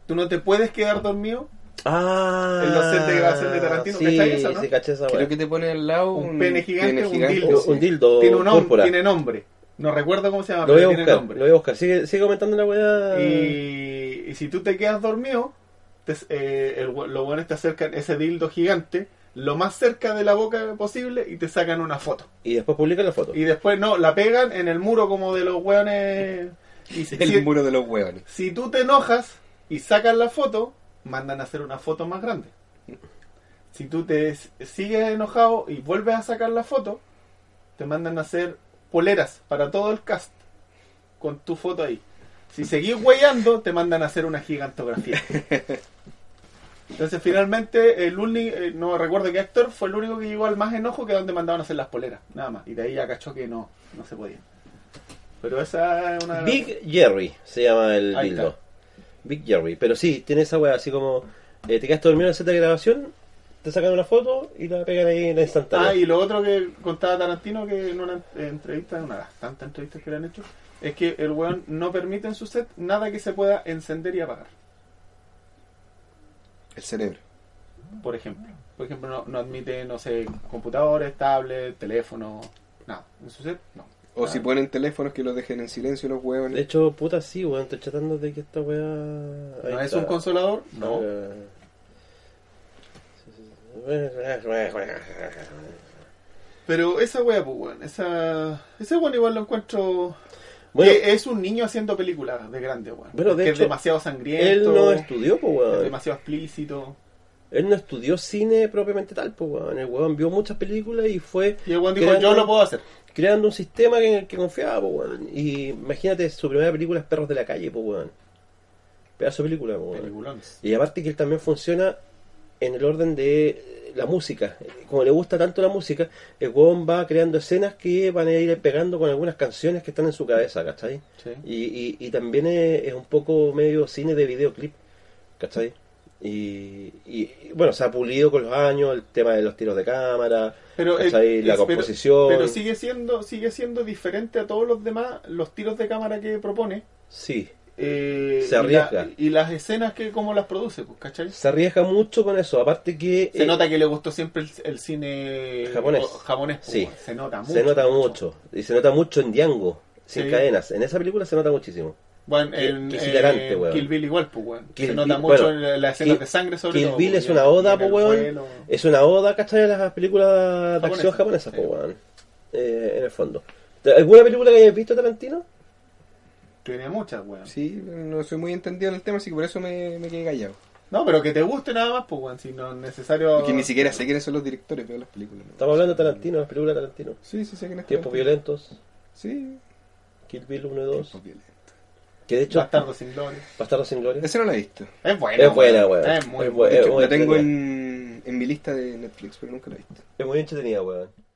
B: tú no te puedes quedar dormido.
A: Ah.
B: En los sets de grabación de Tarantino,
A: sí,
B: ¿cachai esa, no?
A: sí, caché esa,
C: Creo
A: weón.
C: que te pone al lado
B: Un pene gigante, un dildo.
A: Un,
C: sí.
A: un dildo
B: tiene un nombre.
A: púrpura.
B: Tiene nombre. No recuerdo cómo se llama,
A: Lo voy a
B: pero tiene
A: buscar, lo
B: nombre.
A: voy a buscar. Sigue, sigue comentando la weá.
B: Y, y si tú te quedas dormido, te- eh, el we- los buenos te acercan ese dildo gigante lo más cerca de la boca posible y te sacan una foto.
A: Y después publica la foto.
B: Y después, no, la pegan en el muro como de los weones. Y si-
C: El muro de los huevones.
B: Si tú te enojas y sacas la foto, mandan a hacer una foto más grande. Si tú te s- sigues enojado y vuelves a sacar la foto, te mandan a hacer poleras para todo el cast con tu foto ahí. Si seguís hueando, te mandan a hacer una gigantografía. Entonces finalmente el único, no recuerdo qué actor, fue el único que llegó al más enojo que donde mandaban a hacer las poleras, nada más. Y de ahí ya cachó que no, no se podía. Pero esa es una...
A: Big Jerry se llama el
B: Ahí
A: dildo.
B: está.
A: Big Jerry. Pero sí, tiene esa weá así como. eh, te quedas dormido en la set de grabación, te sacan una foto y la pegan ahí en la instantánea.
B: Ah, y lo otro que contaba Tarantino, que en una en- entrevista, en una de las tantas entrevistas que le han hecho, es que el weón no permite en su set nada que se pueda encender y apagar,
C: El cerebro.
B: por ejemplo. Por ejemplo, no, no admite, no sé, computadores, tablet, teléfono, nada. En su set, no. Ah,
C: O si ponen teléfonos que los dejen en silencio los
A: De
C: huevones.
A: hecho, puta, sí, weón. Estoy tratando de que esta weá. ¿No
B: ¿No es un consolador? No.
A: eh,
B: Pero esa wea, pues, weón, esa, ese weón igual lo encuentro...
A: Bueno,
B: Eh, es un niño haciendo películas de grande, weón.
A: Bueno, de
B: que es
A: hecho,
B: demasiado sangriento,
A: él no estudió, pues,
B: es
A: weón.
B: demasiado explícito.
A: Él no estudió cine propiamente tal, pues, weón. El weón vio muchas películas y fue
B: Y el weón dijo,
A: Creando-
B: yo lo puedo hacer.
A: creando un sistema en el que confiaba, pues, weón. Y imagínate, su primera película es Perros de la Calle, pues, weón. Pedazo de película, pues, weón.
B: Peliculones.
A: Y aparte que él también funciona en el orden de eh, la música. Como le gusta tanto la música, el huevón va creando escenas que van a ir pegando con algunas canciones que están en su cabeza, ¿cachai?
B: Sí.
A: Y, y, y también es, es un poco medio cine de videoclip, ¿cachai? Y, y, y, bueno, se ha pulido con los años el tema de los tiros de cámara,
B: pero eh,
A: ¿cachai? la
B: es- pero-
A: composición.
B: pero sigue siendo sigue siendo diferente a todos los demás los tiros de cámara que propone
A: Sí,
B: eh,
A: Se
B: y la-
A: arriesga.
B: y, las escenas que como las produce pues, ¿cachai?
A: se arriesga mucho con eso. Aparte que
B: se
A: eh,
B: nota que le gustó siempre el, el cine
A: Japonés.
B: o- japonés pues,
A: Sí.
B: bueno, se nota mucho
A: se nota mucho. Y se nota mucho en Django, sin
B: Sí.
A: cadenas. En esa película se nota muchísimo.
B: bueno
A: Qué-
B: en
A: qué
B: eh,
A: exhilarante, weón.
B: Kill Bill igual pues, weón.
A: Kill
B: se nota
A: Bill,
B: mucho
A: bueno,
B: en las escenas
A: Kill-
B: de sangre sobre
A: Kill
B: todo
A: Bill
B: pues,
A: es
B: y en-
A: una
B: y
A: oda,
B: en
A: pues,
B: el
A: weón.
B: vuelo.
A: Es una oda, ¿cachai? A las películas de
B: Japonesa.
A: acción japonesas, pues,
B: Sí.
A: weón. Eh, en el fondo. ¿Alguna película que hayas visto, Tarantino?
B: tiene muchas weón.
C: Sí, no soy muy entendido en el tema, así que por eso me, me quedé callado.
B: no pero que te guste nada más pues weón, si no es necesario
C: Y que ni siquiera sé quiénes son los directores, veo las películas. ¿no?
A: Estamos hablando de Tarantino, las películas de Tarantino.
C: Sí, sí, sé quiénes
A: Tiempos
C: violentos.
A: violentos,
C: Sí,
A: Kill Bill 1 y 2.
C: tiempos violentos.
A: Que de hecho,
B: Bastardo sin gloria
A: Bastardo sin Gloria.
C: Ese no lo he visto.
B: es buena
A: Es buena,
B: weón.
A: weón.
B: es muy
A: Es
B: buena
A: buena.
C: De hecho,
A: muy
C: la tengo
A: entretenida.
C: en,
D: en mi lista de Netflix, pero nunca la he visto.
C: Es muy entretenida, weón.